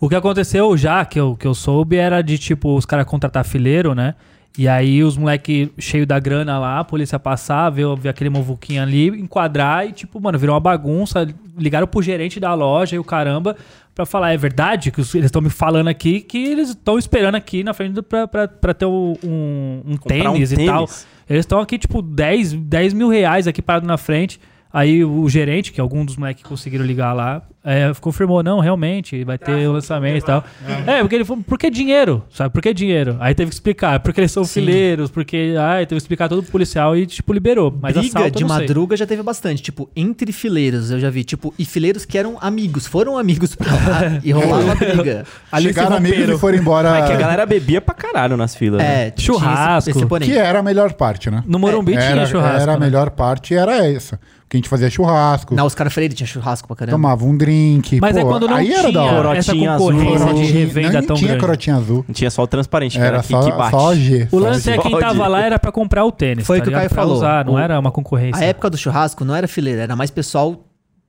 [SPEAKER 1] O que aconteceu já, que eu, que eu soube, era de tipo, os caras contratar fileiro, né? E aí os moleque cheio da grana lá, a polícia passar, ver, ver aquele movuquinho ali, enquadrar e tipo, mano, virou uma bagunça. Ligaram pro gerente da loja e o caramba pra falar, é verdade que os- eles estão me falando aqui que eles estão esperando aqui na frente do, pra, pra, pra ter um, um, um
[SPEAKER 2] Comprar um
[SPEAKER 1] tênis e
[SPEAKER 2] tênis?
[SPEAKER 1] tal. Eles estão aqui, tipo, 10, 10 mil reais aqui parado na frente. Aí o gerente, que algum dos moleques conseguiram ligar lá, é, confirmou, não, realmente, vai ter o lançamento e tal. É, porque ele falou, por que dinheiro? Sabe, por que dinheiro? Aí teve que explicar, porque eles são
[SPEAKER 4] Sim.
[SPEAKER 1] fileiros, porque, ai, teve que explicar todo pro policial e, tipo, liberou. Mas
[SPEAKER 4] Briga
[SPEAKER 1] assalto, eu
[SPEAKER 4] de
[SPEAKER 1] não sei.
[SPEAKER 4] madruga já teve bastante. Tipo, entre fileiros eu já vi. Tipo, e fileiros que eram amigos. Foram amigos pra lá e rolava briga.
[SPEAKER 1] Ali se
[SPEAKER 3] Chegaram amigos
[SPEAKER 1] romperam.
[SPEAKER 3] e foram embora.
[SPEAKER 2] É que a galera bebia pra caralho nas filas. né?
[SPEAKER 4] É, tinha
[SPEAKER 1] Churrasco.
[SPEAKER 3] é?
[SPEAKER 4] Esse, esse porém.
[SPEAKER 3] que era a melhor parte, né?
[SPEAKER 1] No Morumbi tinha
[SPEAKER 3] era,
[SPEAKER 1] churrasco.
[SPEAKER 3] era a
[SPEAKER 1] né?
[SPEAKER 3] melhor parte, era essa. Porque a gente fazia churrasco,
[SPEAKER 4] Na Oscar Freire tinha churrasco pra caramba.
[SPEAKER 3] tomava um drink.
[SPEAKER 1] Mas
[SPEAKER 3] pô,
[SPEAKER 1] é quando não
[SPEAKER 3] aí
[SPEAKER 1] tinha
[SPEAKER 3] era da hora.
[SPEAKER 1] essa
[SPEAKER 2] Corotinha azul.
[SPEAKER 1] concorrência de
[SPEAKER 3] Corotinha-
[SPEAKER 1] revenda
[SPEAKER 3] nem
[SPEAKER 1] tão
[SPEAKER 3] tinha
[SPEAKER 1] grande.
[SPEAKER 3] corotinha azul.
[SPEAKER 2] Não tinha só o transparente, que
[SPEAKER 3] Era
[SPEAKER 2] era que, que
[SPEAKER 3] só,
[SPEAKER 2] bate.
[SPEAKER 3] só a G.
[SPEAKER 1] O
[SPEAKER 3] só a
[SPEAKER 1] lance
[SPEAKER 3] G.
[SPEAKER 1] é quem
[SPEAKER 2] Pode.
[SPEAKER 1] tava lá era pra comprar o tênis.
[SPEAKER 4] Foi o
[SPEAKER 1] tá
[SPEAKER 4] que o
[SPEAKER 1] ligado?
[SPEAKER 4] Caio
[SPEAKER 1] Pra
[SPEAKER 4] falou.
[SPEAKER 1] Usar, não
[SPEAKER 4] O-
[SPEAKER 1] era uma concorrência.
[SPEAKER 4] A época do churrasco não era fileira, era mais pessoal.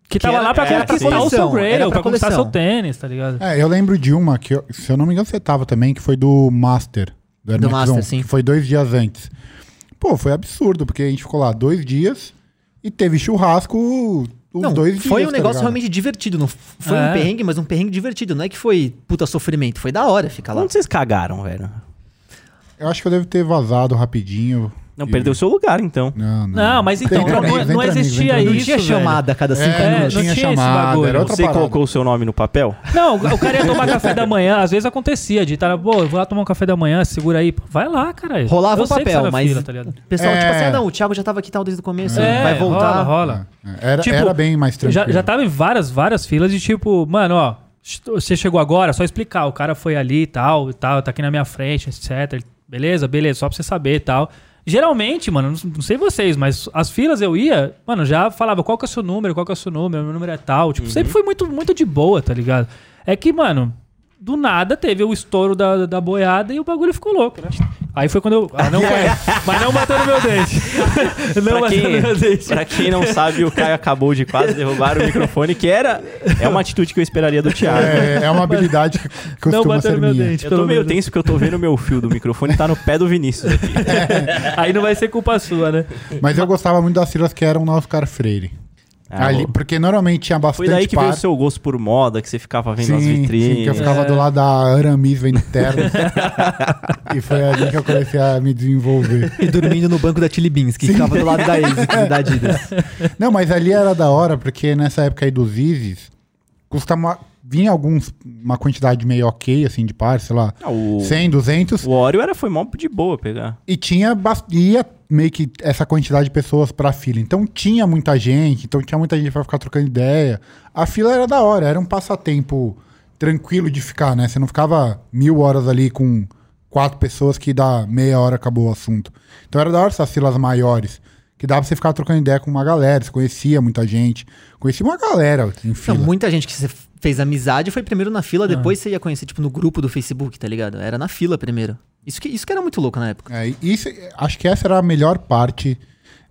[SPEAKER 1] que tava
[SPEAKER 4] era-
[SPEAKER 1] lá pra
[SPEAKER 4] era pra
[SPEAKER 1] conquistar o seu
[SPEAKER 4] coleção, era
[SPEAKER 1] Grail,
[SPEAKER 4] pra
[SPEAKER 1] pra conquistar
[SPEAKER 4] coleção.
[SPEAKER 1] seu tênis, tá ligado?
[SPEAKER 3] É, eu lembro de uma que, eu- se eu não me engano, você tava também, que foi do Master. Do, Hermetic
[SPEAKER 4] Master,
[SPEAKER 3] Zone,
[SPEAKER 4] sim.
[SPEAKER 3] Que foi dois dias antes. Pô, foi absurdo, porque a gente ficou lá dois dias e teve churrasco os
[SPEAKER 4] Não,
[SPEAKER 3] dois dias.
[SPEAKER 4] foi um
[SPEAKER 3] tá
[SPEAKER 4] negócio
[SPEAKER 3] ligado?
[SPEAKER 4] realmente divertido. Não f- foi
[SPEAKER 1] É.
[SPEAKER 4] um perrengue, mas um perrengue divertido. Não é que foi puta sofrimento, foi da hora ficar lá.
[SPEAKER 2] Onde vocês cagaram, velho?
[SPEAKER 3] Eu acho que eu devo ter vazado rapidinho.
[SPEAKER 2] Não,
[SPEAKER 3] E-
[SPEAKER 2] perdeu seu lugar, então.
[SPEAKER 3] Não, não.
[SPEAKER 1] Não, mas então,
[SPEAKER 4] um
[SPEAKER 3] Entre
[SPEAKER 1] não-
[SPEAKER 3] amigos,
[SPEAKER 1] não
[SPEAKER 3] entre amigos,
[SPEAKER 1] existia
[SPEAKER 3] entre
[SPEAKER 1] aí.
[SPEAKER 4] Não
[SPEAKER 3] amigos.
[SPEAKER 1] isso,
[SPEAKER 4] tinha
[SPEAKER 1] velho.
[SPEAKER 4] chamada a cada cinco
[SPEAKER 3] É,
[SPEAKER 1] não
[SPEAKER 4] minutos.
[SPEAKER 3] não tinha
[SPEAKER 1] tinha esse
[SPEAKER 3] chamada,
[SPEAKER 1] bagulho.
[SPEAKER 3] era outra
[SPEAKER 2] Você
[SPEAKER 3] parada.
[SPEAKER 2] colocou o seu nome no papel?
[SPEAKER 1] Não, o cara ia tomar café da manhã, às vezes acontecia, de estar, lá, pô, eu vou lá tomar um café da manhã, segura aí. Pô, Vai lá, caralho.
[SPEAKER 4] Rolava
[SPEAKER 1] eu
[SPEAKER 4] um
[SPEAKER 1] sei que você
[SPEAKER 4] papel,
[SPEAKER 1] era
[SPEAKER 4] mas
[SPEAKER 1] fila, tá ligado?
[SPEAKER 4] o pessoal,
[SPEAKER 3] É.
[SPEAKER 4] tipo assim, ah, não, o Thiago já tava aqui tal desde o começo,
[SPEAKER 1] É,
[SPEAKER 4] vai voltar.
[SPEAKER 1] rola, rola.
[SPEAKER 3] É, Era,
[SPEAKER 1] Tipo,
[SPEAKER 3] era bem mais tranquilo.
[SPEAKER 1] Já, tá- já tava em várias, várias filas de tipo, mano, ó, você chegou agora, só explicar, o cara foi ali e tal, e tal, tá aqui na minha frente, etc. Beleza, beleza, só pra você saber e tal. Geralmente, mano, não- não sei vocês, mas as filas eu ia, mano, já falava qual que é o seu número, qual que é o seu número, meu número é tal. Tipo,
[SPEAKER 2] Uhum.
[SPEAKER 1] sempre foi muito, muito de boa, tá ligado? É que, mano, do nada teve o estouro da, da boiada e o bagulho ficou louco, né? Aí foi quando eu. Ah, não foi. mas não matando meu dente. não
[SPEAKER 2] pra,
[SPEAKER 1] matando
[SPEAKER 2] quem,
[SPEAKER 1] meu dente.
[SPEAKER 2] pra quem não sabe, o Caio acabou de quase derrubar o microfone, que era. É uma atitude que eu esperaria do Thiago.
[SPEAKER 3] É, é uma habilidade que
[SPEAKER 1] Não
[SPEAKER 3] costuma
[SPEAKER 1] bateu
[SPEAKER 3] ser
[SPEAKER 1] no meu
[SPEAKER 3] minha.
[SPEAKER 1] dente.
[SPEAKER 2] Eu tô
[SPEAKER 1] pelo
[SPEAKER 2] meio
[SPEAKER 1] menos.
[SPEAKER 2] tenso porque eu tô vendo o meu fio do microfone tá no pé do Vinícius aqui.
[SPEAKER 1] Aí não vai ser culpa sua, né?
[SPEAKER 3] Mas eu gostava muito das filas que eram na Oscar Freire.
[SPEAKER 2] Ah,
[SPEAKER 3] Ali,
[SPEAKER 2] bom.
[SPEAKER 3] porque normalmente tinha
[SPEAKER 2] Foi
[SPEAKER 3] bastante
[SPEAKER 2] daí que veio o
[SPEAKER 3] par-
[SPEAKER 2] seu gosto por moda, que você ficava vendo as
[SPEAKER 3] Sim,
[SPEAKER 2] vitrines.
[SPEAKER 3] sim, que eu ficava do lado da Aramis vendo ternos. e foi ali que eu comecei a me desenvolver.
[SPEAKER 4] E dormindo no banco da Tilly Beans, que ficava do lado da ASICS e da Adidas.
[SPEAKER 3] Não, mas ali era da hora, porque nessa época aí dos Isis, custava, vinha alguns, uma quantidade meio ok, assim, de par, sei lá,
[SPEAKER 2] Ah, o,
[SPEAKER 3] 100, 200,
[SPEAKER 2] o Oreo era, foi mó de boa pegar.
[SPEAKER 3] e tinha, bas- ia meio que essa quantidade de pessoas pra fila. Então tinha muita gente, então tinha muita gente pra ficar trocando ideia. A fila era da hora, era um passatempo tranquilo de ficar, né? Você não ficava mil horas ali com quatro pessoas que dá meia hora acabou o assunto. Então era da hora essas filas maiores. Que dava pra você ficar trocando ideia com uma galera, você conhecia muita gente. Conhecia uma galera assim, em
[SPEAKER 4] Não,
[SPEAKER 3] fila.
[SPEAKER 4] muita gente que você fez amizade foi primeiro na
[SPEAKER 1] Ah.
[SPEAKER 4] fila, depois você ia conhecer, tipo, no grupo do Facebook, tá ligado? Era na fila primeiro. Isso que, isso que era muito louco na época.
[SPEAKER 3] É, isso, acho que essa era a melhor parte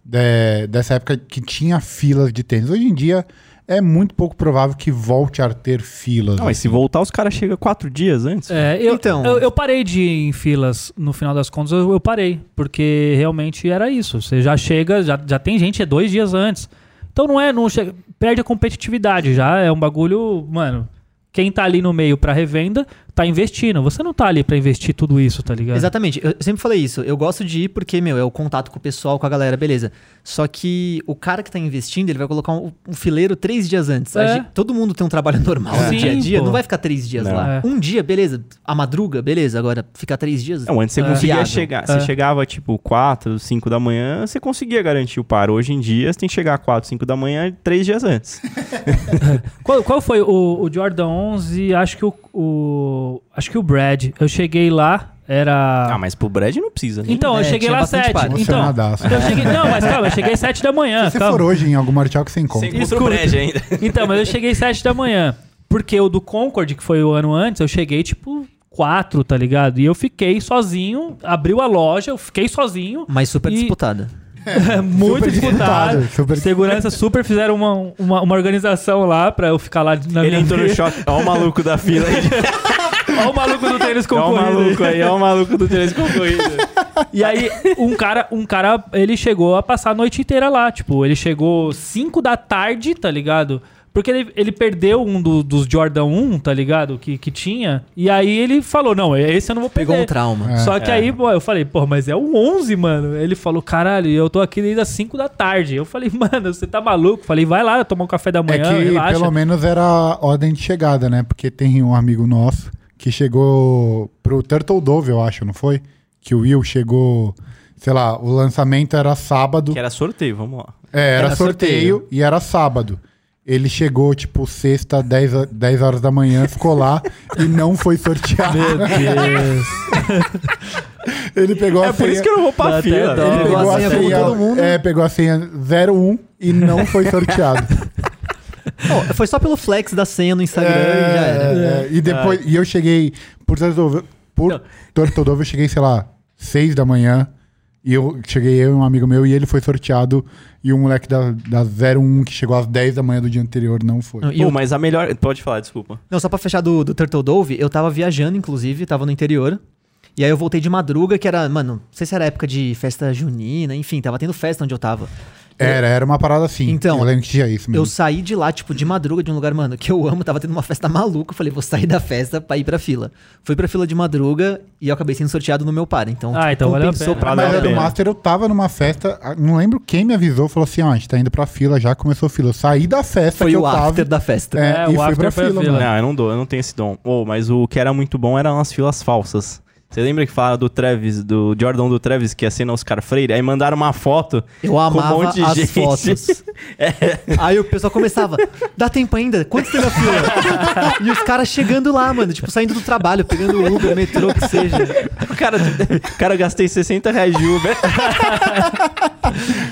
[SPEAKER 3] de- dessa época que tinha filas de tênis. Hoje em dia é muito pouco provável que volte a ter filas.
[SPEAKER 2] Não, mas se voltar, os caras chegam quatro dias antes.
[SPEAKER 1] É, eu,
[SPEAKER 4] Então-
[SPEAKER 1] eu, eu parei de ir em filas, no final das contas, eu, eu parei. Porque realmente era isso. Você já chega, já, já tem gente é dois dias antes. Então não é. Não chega- perde a competitividade já. É um bagulho. Mano, quem tá ali no meio pra revenda, tá investindo. Você não tá ali pra investir tudo isso, tá ligado?
[SPEAKER 4] Exatamente, eu sempre falei isso. Eu gosto de ir porque, meu, é o contato com o pessoal, com a galera, beleza. Só que o cara que tá investindo, ele vai colocar um, um fileiro três dias antes. A
[SPEAKER 1] É.
[SPEAKER 4] gente- todo mundo tem um trabalho normal
[SPEAKER 1] Sim,
[SPEAKER 4] no dia a dia,
[SPEAKER 1] pô.
[SPEAKER 4] não vai ficar três dias
[SPEAKER 2] Não.
[SPEAKER 4] lá.
[SPEAKER 1] É.
[SPEAKER 4] Um dia, beleza. A madruga, beleza. Agora, ficar três dias.
[SPEAKER 2] Não, antes você
[SPEAKER 1] É.
[SPEAKER 2] conseguia
[SPEAKER 4] Viável.
[SPEAKER 2] chegar. Você
[SPEAKER 1] É.
[SPEAKER 2] chegava tipo 4, 5 da manhã, você conseguia garantir o par. Hoje em dia, você tem que chegar 4, 5 da manhã, três dias antes.
[SPEAKER 1] Qual, qual foi o, o Jordan 11? Acho que o, o- Acho que o Brad. Eu cheguei lá, era.
[SPEAKER 2] Ah, mas pro Brad não precisa, né?
[SPEAKER 1] Então, eu
[SPEAKER 4] É,
[SPEAKER 1] cheguei
[SPEAKER 4] tinha
[SPEAKER 1] lá às
[SPEAKER 4] bastante
[SPEAKER 1] 7.
[SPEAKER 4] parte.
[SPEAKER 1] Então,
[SPEAKER 3] Emocionadaço.
[SPEAKER 1] eu cheguei, não, mas calma, eu cheguei às 7 da manhã.
[SPEAKER 3] Se você
[SPEAKER 1] calma.
[SPEAKER 3] for hoje em algum artigo que você encontra.
[SPEAKER 1] tá Sim.
[SPEAKER 2] é
[SPEAKER 1] encontra o Escuta. Brad
[SPEAKER 2] ainda.
[SPEAKER 1] Então, mas eu cheguei às 7 da manhã. Porque o do Concord, que foi o ano antes, eu cheguei tipo 4, tá ligado? E eu fiquei sozinho, abriu a loja, eu fiquei sozinho.
[SPEAKER 4] Mas super
[SPEAKER 1] E-
[SPEAKER 4] disputada.
[SPEAKER 1] muito disputado.
[SPEAKER 3] Super disputado, super-
[SPEAKER 1] Segurança super fizeram uma, uma, uma organização lá pra eu ficar lá na
[SPEAKER 2] Ele
[SPEAKER 1] minha
[SPEAKER 2] entrou no
[SPEAKER 1] mesa.
[SPEAKER 2] choque. Ó o maluco da fila aí.
[SPEAKER 1] Olha o maluco do tênis
[SPEAKER 2] Ó o
[SPEAKER 1] concorrido.
[SPEAKER 2] maluco aí, ó o maluco do tênis concorrido.
[SPEAKER 1] E aí, um cara, um cara, ele chegou a passar a noite inteira lá. Tipo, ele chegou 5 da tarde, tá ligado? Porque ele, ele perdeu um do- dos Jordan 1, tá ligado? Que, que tinha. E aí ele falou: Não, é, esse eu não vou perder.
[SPEAKER 4] Pegou um trauma.
[SPEAKER 1] Só que
[SPEAKER 2] É.
[SPEAKER 1] aí, pô, eu falei, pô, mas é o 11, mano. Ele falou, caralho, eu tô aqui desde as 5 da tarde. Eu falei, mano, você tá maluco? Falei, vai lá tomar um café da
[SPEAKER 3] É
[SPEAKER 1] manhã,
[SPEAKER 3] que
[SPEAKER 1] relaxa.
[SPEAKER 3] pelo menos era a ordem de chegada, né? Porque tem um amigo nosso que chegou pro Turtle Dove, eu acho, não foi? Que o Will chegou, sei lá, o lançamento era sábado.
[SPEAKER 2] Que era sorteio, vamos lá.
[SPEAKER 3] É, era,
[SPEAKER 4] Era
[SPEAKER 3] sorteio,
[SPEAKER 4] sorteio.
[SPEAKER 3] e era sábado. Ele chegou, tipo, sexta, 10, a- 10 horas da manhã, ficou lá e não foi sorteado.
[SPEAKER 1] Meu Deus.
[SPEAKER 3] Ele pegou
[SPEAKER 2] É
[SPEAKER 3] a
[SPEAKER 2] por isso
[SPEAKER 3] senha.
[SPEAKER 2] que eu não vou
[SPEAKER 1] Dá
[SPEAKER 2] pra
[SPEAKER 1] até
[SPEAKER 2] fila.
[SPEAKER 1] dó.
[SPEAKER 2] né?
[SPEAKER 1] Ele
[SPEAKER 3] Pegou
[SPEAKER 4] Pegou
[SPEAKER 3] a
[SPEAKER 4] a senha como
[SPEAKER 3] senha,
[SPEAKER 4] todo mundo.
[SPEAKER 3] É, pegou a senha 01 e não foi sorteado.
[SPEAKER 4] Ó, foi só pelo flex da senha no Instagram
[SPEAKER 3] É,
[SPEAKER 4] e Tá já era.
[SPEAKER 3] é, E depois, e eu cheguei, por Tortodovo, por
[SPEAKER 1] Não.
[SPEAKER 3] Tortodovo, eu cheguei, sei lá, seis da manhã. E eu cheguei, eu e um amigo meu, e ele foi sorteado. E o moleque da, da 01, que chegou às 10 da manhã do dia anterior, não foi.
[SPEAKER 4] Não, e
[SPEAKER 2] Pô,
[SPEAKER 4] o-
[SPEAKER 2] mas a melhor. Pode falar, desculpa.
[SPEAKER 4] Não, só pra fechar do, do Turtle Dove, eu tava viajando, inclusive, tava no interior. E aí eu voltei de madruga, que era, mano, não sei se era época de festa junina, enfim, tava tendo festa onde eu tava.
[SPEAKER 3] Era, era uma parada assim.
[SPEAKER 4] Então,
[SPEAKER 3] eu lembro que tinha
[SPEAKER 2] Uhum.
[SPEAKER 3] isso
[SPEAKER 4] Eu
[SPEAKER 3] mesmo.
[SPEAKER 4] saí de lá, tipo, de madruga, de um lugar, mano, que eu amo, tava tendo uma festa maluca. Eu falei, vou sair da festa pra ir pra fila. Fui pra fila de madruga e eu acabei sendo sorteado no meu par. Então,
[SPEAKER 1] Ah, então valeu a
[SPEAKER 4] compensou
[SPEAKER 1] pena.
[SPEAKER 4] pra
[SPEAKER 2] Valeu
[SPEAKER 3] Mas
[SPEAKER 2] a
[SPEAKER 3] a do
[SPEAKER 2] pena.
[SPEAKER 3] Master, eu tava numa festa, ah, não lembro quem me avisou, falou assim: ó, a gente tá indo pra fila, já começou a fila. Eu saí da festa
[SPEAKER 4] Foi
[SPEAKER 3] que eu
[SPEAKER 4] o
[SPEAKER 3] tava.
[SPEAKER 4] after da festa.
[SPEAKER 3] É,
[SPEAKER 1] É,
[SPEAKER 3] e
[SPEAKER 1] o
[SPEAKER 3] fui
[SPEAKER 1] after
[SPEAKER 3] pra
[SPEAKER 1] foi a
[SPEAKER 3] fila,
[SPEAKER 1] fila.
[SPEAKER 3] mano.
[SPEAKER 4] Ah.
[SPEAKER 2] Não, eu não dou, eu não tenho esse dom. Oh, mas o que era muito bom eram as filas falsas. Você lembra que fala do Travis, do Jordan do Travis, que assina Oscar Freire? Aí mandaram uma foto. um
[SPEAKER 4] Eu amava
[SPEAKER 2] monte de
[SPEAKER 4] as
[SPEAKER 2] gente. É.
[SPEAKER 4] fotos. Aí o pessoal começava, dá tempo ainda? Quantos tem na fila? e os caras chegando lá, mano, tipo, saindo do trabalho, pegando Uber, metrô, que seja.
[SPEAKER 2] O cara, cara, eu gastei 60 reais de Uber.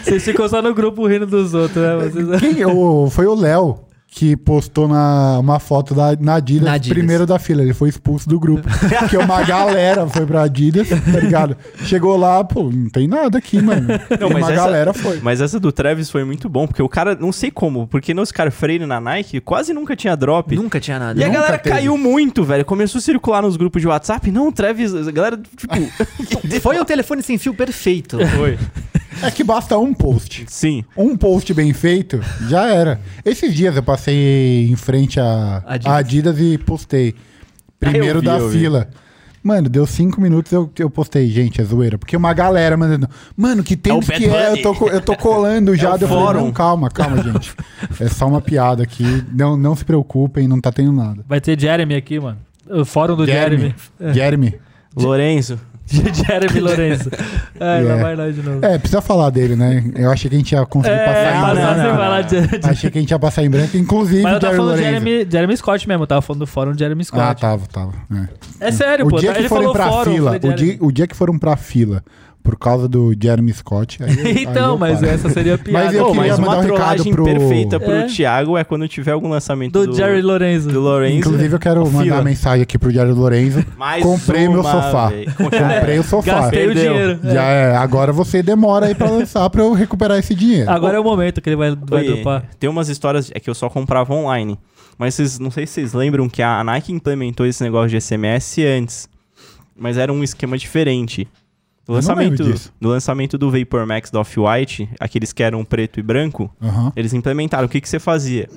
[SPEAKER 1] Vocês ficam só no grupo rindo dos outros, né? Vocês-
[SPEAKER 3] Quem? O- foi o Léo que postou na, uma foto da, na, Adidas,
[SPEAKER 4] Na Adidas.
[SPEAKER 3] primeiro da fila. Ele foi expulso do grupo. Porque uma galera foi pra Adidas, tá ligado? Chegou lá, pô, não tem nada aqui, mano.
[SPEAKER 2] Não,
[SPEAKER 3] E
[SPEAKER 2] mas
[SPEAKER 3] uma
[SPEAKER 2] essa-
[SPEAKER 3] galera foi.
[SPEAKER 2] Mas essa do Travis foi muito bom, porque o cara, não sei como, porque no Oscar Freire na Nike quase nunca tinha drop.
[SPEAKER 4] Nunca tinha nada.
[SPEAKER 2] E a
[SPEAKER 3] Nunca
[SPEAKER 2] galera
[SPEAKER 3] teve.
[SPEAKER 2] caiu muito, velho. Começou a circular nos grupos de WhatsApp. Não, Travis, a galera, tipo.
[SPEAKER 4] Foi o telefone sem fio perfeito.
[SPEAKER 2] Foi.
[SPEAKER 3] É que basta um post.
[SPEAKER 2] Sim.
[SPEAKER 3] Um post bem feito, já era. Esses dias eu passei em frente à à
[SPEAKER 4] Adidas.
[SPEAKER 3] Adidas, e postei. Primeiro
[SPEAKER 2] Ah, eu vi,
[SPEAKER 3] da
[SPEAKER 2] eu vi.
[SPEAKER 3] fila. Mano, deu cinco minutos eu, eu postei, gente, é zoeira. Porque uma galera mandando. Mano, que tênis
[SPEAKER 2] Bad
[SPEAKER 3] que é? Eu
[SPEAKER 2] Bunny."
[SPEAKER 3] tô, co- eu tô colando já.
[SPEAKER 2] o
[SPEAKER 3] Daí eu falei,
[SPEAKER 2] fórum.
[SPEAKER 3] "Não, calma, calma, gente. É só uma piada aqui. Não, não se preocupem, não tá tendo nada.
[SPEAKER 1] Vai ter Jeremy aqui, mano. O fórum do Jeremy.
[SPEAKER 3] Jeremy.
[SPEAKER 1] É.
[SPEAKER 3] Jeremy.
[SPEAKER 2] Lorenzo.
[SPEAKER 1] Jeremy Lourenço. Ai, lá
[SPEAKER 3] Yeah.
[SPEAKER 1] vai nós de novo.
[SPEAKER 3] É, precisa falar dele, né? Eu achei que a gente ia conseguir
[SPEAKER 1] É,
[SPEAKER 3] passar em
[SPEAKER 1] passar sem
[SPEAKER 2] não, não,
[SPEAKER 3] branco.
[SPEAKER 1] falar de
[SPEAKER 3] Achei que a gente ia passar em branco, inclusive
[SPEAKER 1] Mas eu
[SPEAKER 3] o
[SPEAKER 1] tava
[SPEAKER 3] Jerry
[SPEAKER 1] falando de
[SPEAKER 3] Lorenzo.
[SPEAKER 1] Jeremy, Jeremy Scott mesmo, eu tava falando do fórum de Jeremy Scott.
[SPEAKER 3] Ah, tava, tava. é.
[SPEAKER 1] É sério,
[SPEAKER 3] o
[SPEAKER 1] pô.
[SPEAKER 3] dia que
[SPEAKER 1] ele
[SPEAKER 3] forem
[SPEAKER 1] falou
[SPEAKER 3] pra
[SPEAKER 1] fórum, eu
[SPEAKER 3] fila,
[SPEAKER 1] falei
[SPEAKER 3] o dia,
[SPEAKER 1] Jeremy.
[SPEAKER 3] o dia que foram pra fila por causa do Jeremy Scott. aí eu- aí
[SPEAKER 1] Então,
[SPEAKER 3] eu
[SPEAKER 1] mas
[SPEAKER 3] paro.
[SPEAKER 1] essa seria a piada.
[SPEAKER 3] eu
[SPEAKER 2] Pô,
[SPEAKER 1] Pô,
[SPEAKER 3] queria
[SPEAKER 2] mas
[SPEAKER 3] mandar
[SPEAKER 2] uma
[SPEAKER 3] um recado
[SPEAKER 2] trollagem
[SPEAKER 3] pro-
[SPEAKER 2] perfeito perfeita pro
[SPEAKER 1] É.
[SPEAKER 2] Thiago é quando tiver algum lançamento
[SPEAKER 1] Do,
[SPEAKER 2] do,
[SPEAKER 1] Jerry Lorenzo.
[SPEAKER 2] do Lorenzo.
[SPEAKER 3] Inclusive, eu quero
[SPEAKER 2] Fila.
[SPEAKER 3] mandar uma mensagem aqui pro Jerry Lorenzo.
[SPEAKER 2] Mais
[SPEAKER 3] Comprei meu
[SPEAKER 2] uma,
[SPEAKER 3] sofá.
[SPEAKER 2] véi.
[SPEAKER 3] Comprei o sofá.
[SPEAKER 1] Gastei o
[SPEAKER 2] Perdeu.
[SPEAKER 1] dinheiro.
[SPEAKER 3] Já é, agora você demora aí pra lançar pra eu recuperar esse dinheiro.
[SPEAKER 1] Agora é o momento que ele vai, vai
[SPEAKER 2] Oi,
[SPEAKER 1] dropar.
[SPEAKER 2] Tem umas histórias é que eu só comprava online. Mas vocês, não sei se vocês lembram que a Nike implementou esse negócio de SMS antes. Mas era um esquema diferente. Do
[SPEAKER 3] Eu não lembro
[SPEAKER 2] lançamento,
[SPEAKER 3] disso.
[SPEAKER 2] do lançamento do Vapor Max da Off-White, aqueles que eram preto e branco,
[SPEAKER 3] Aham.
[SPEAKER 2] eles implementaram. O que, que você fazia?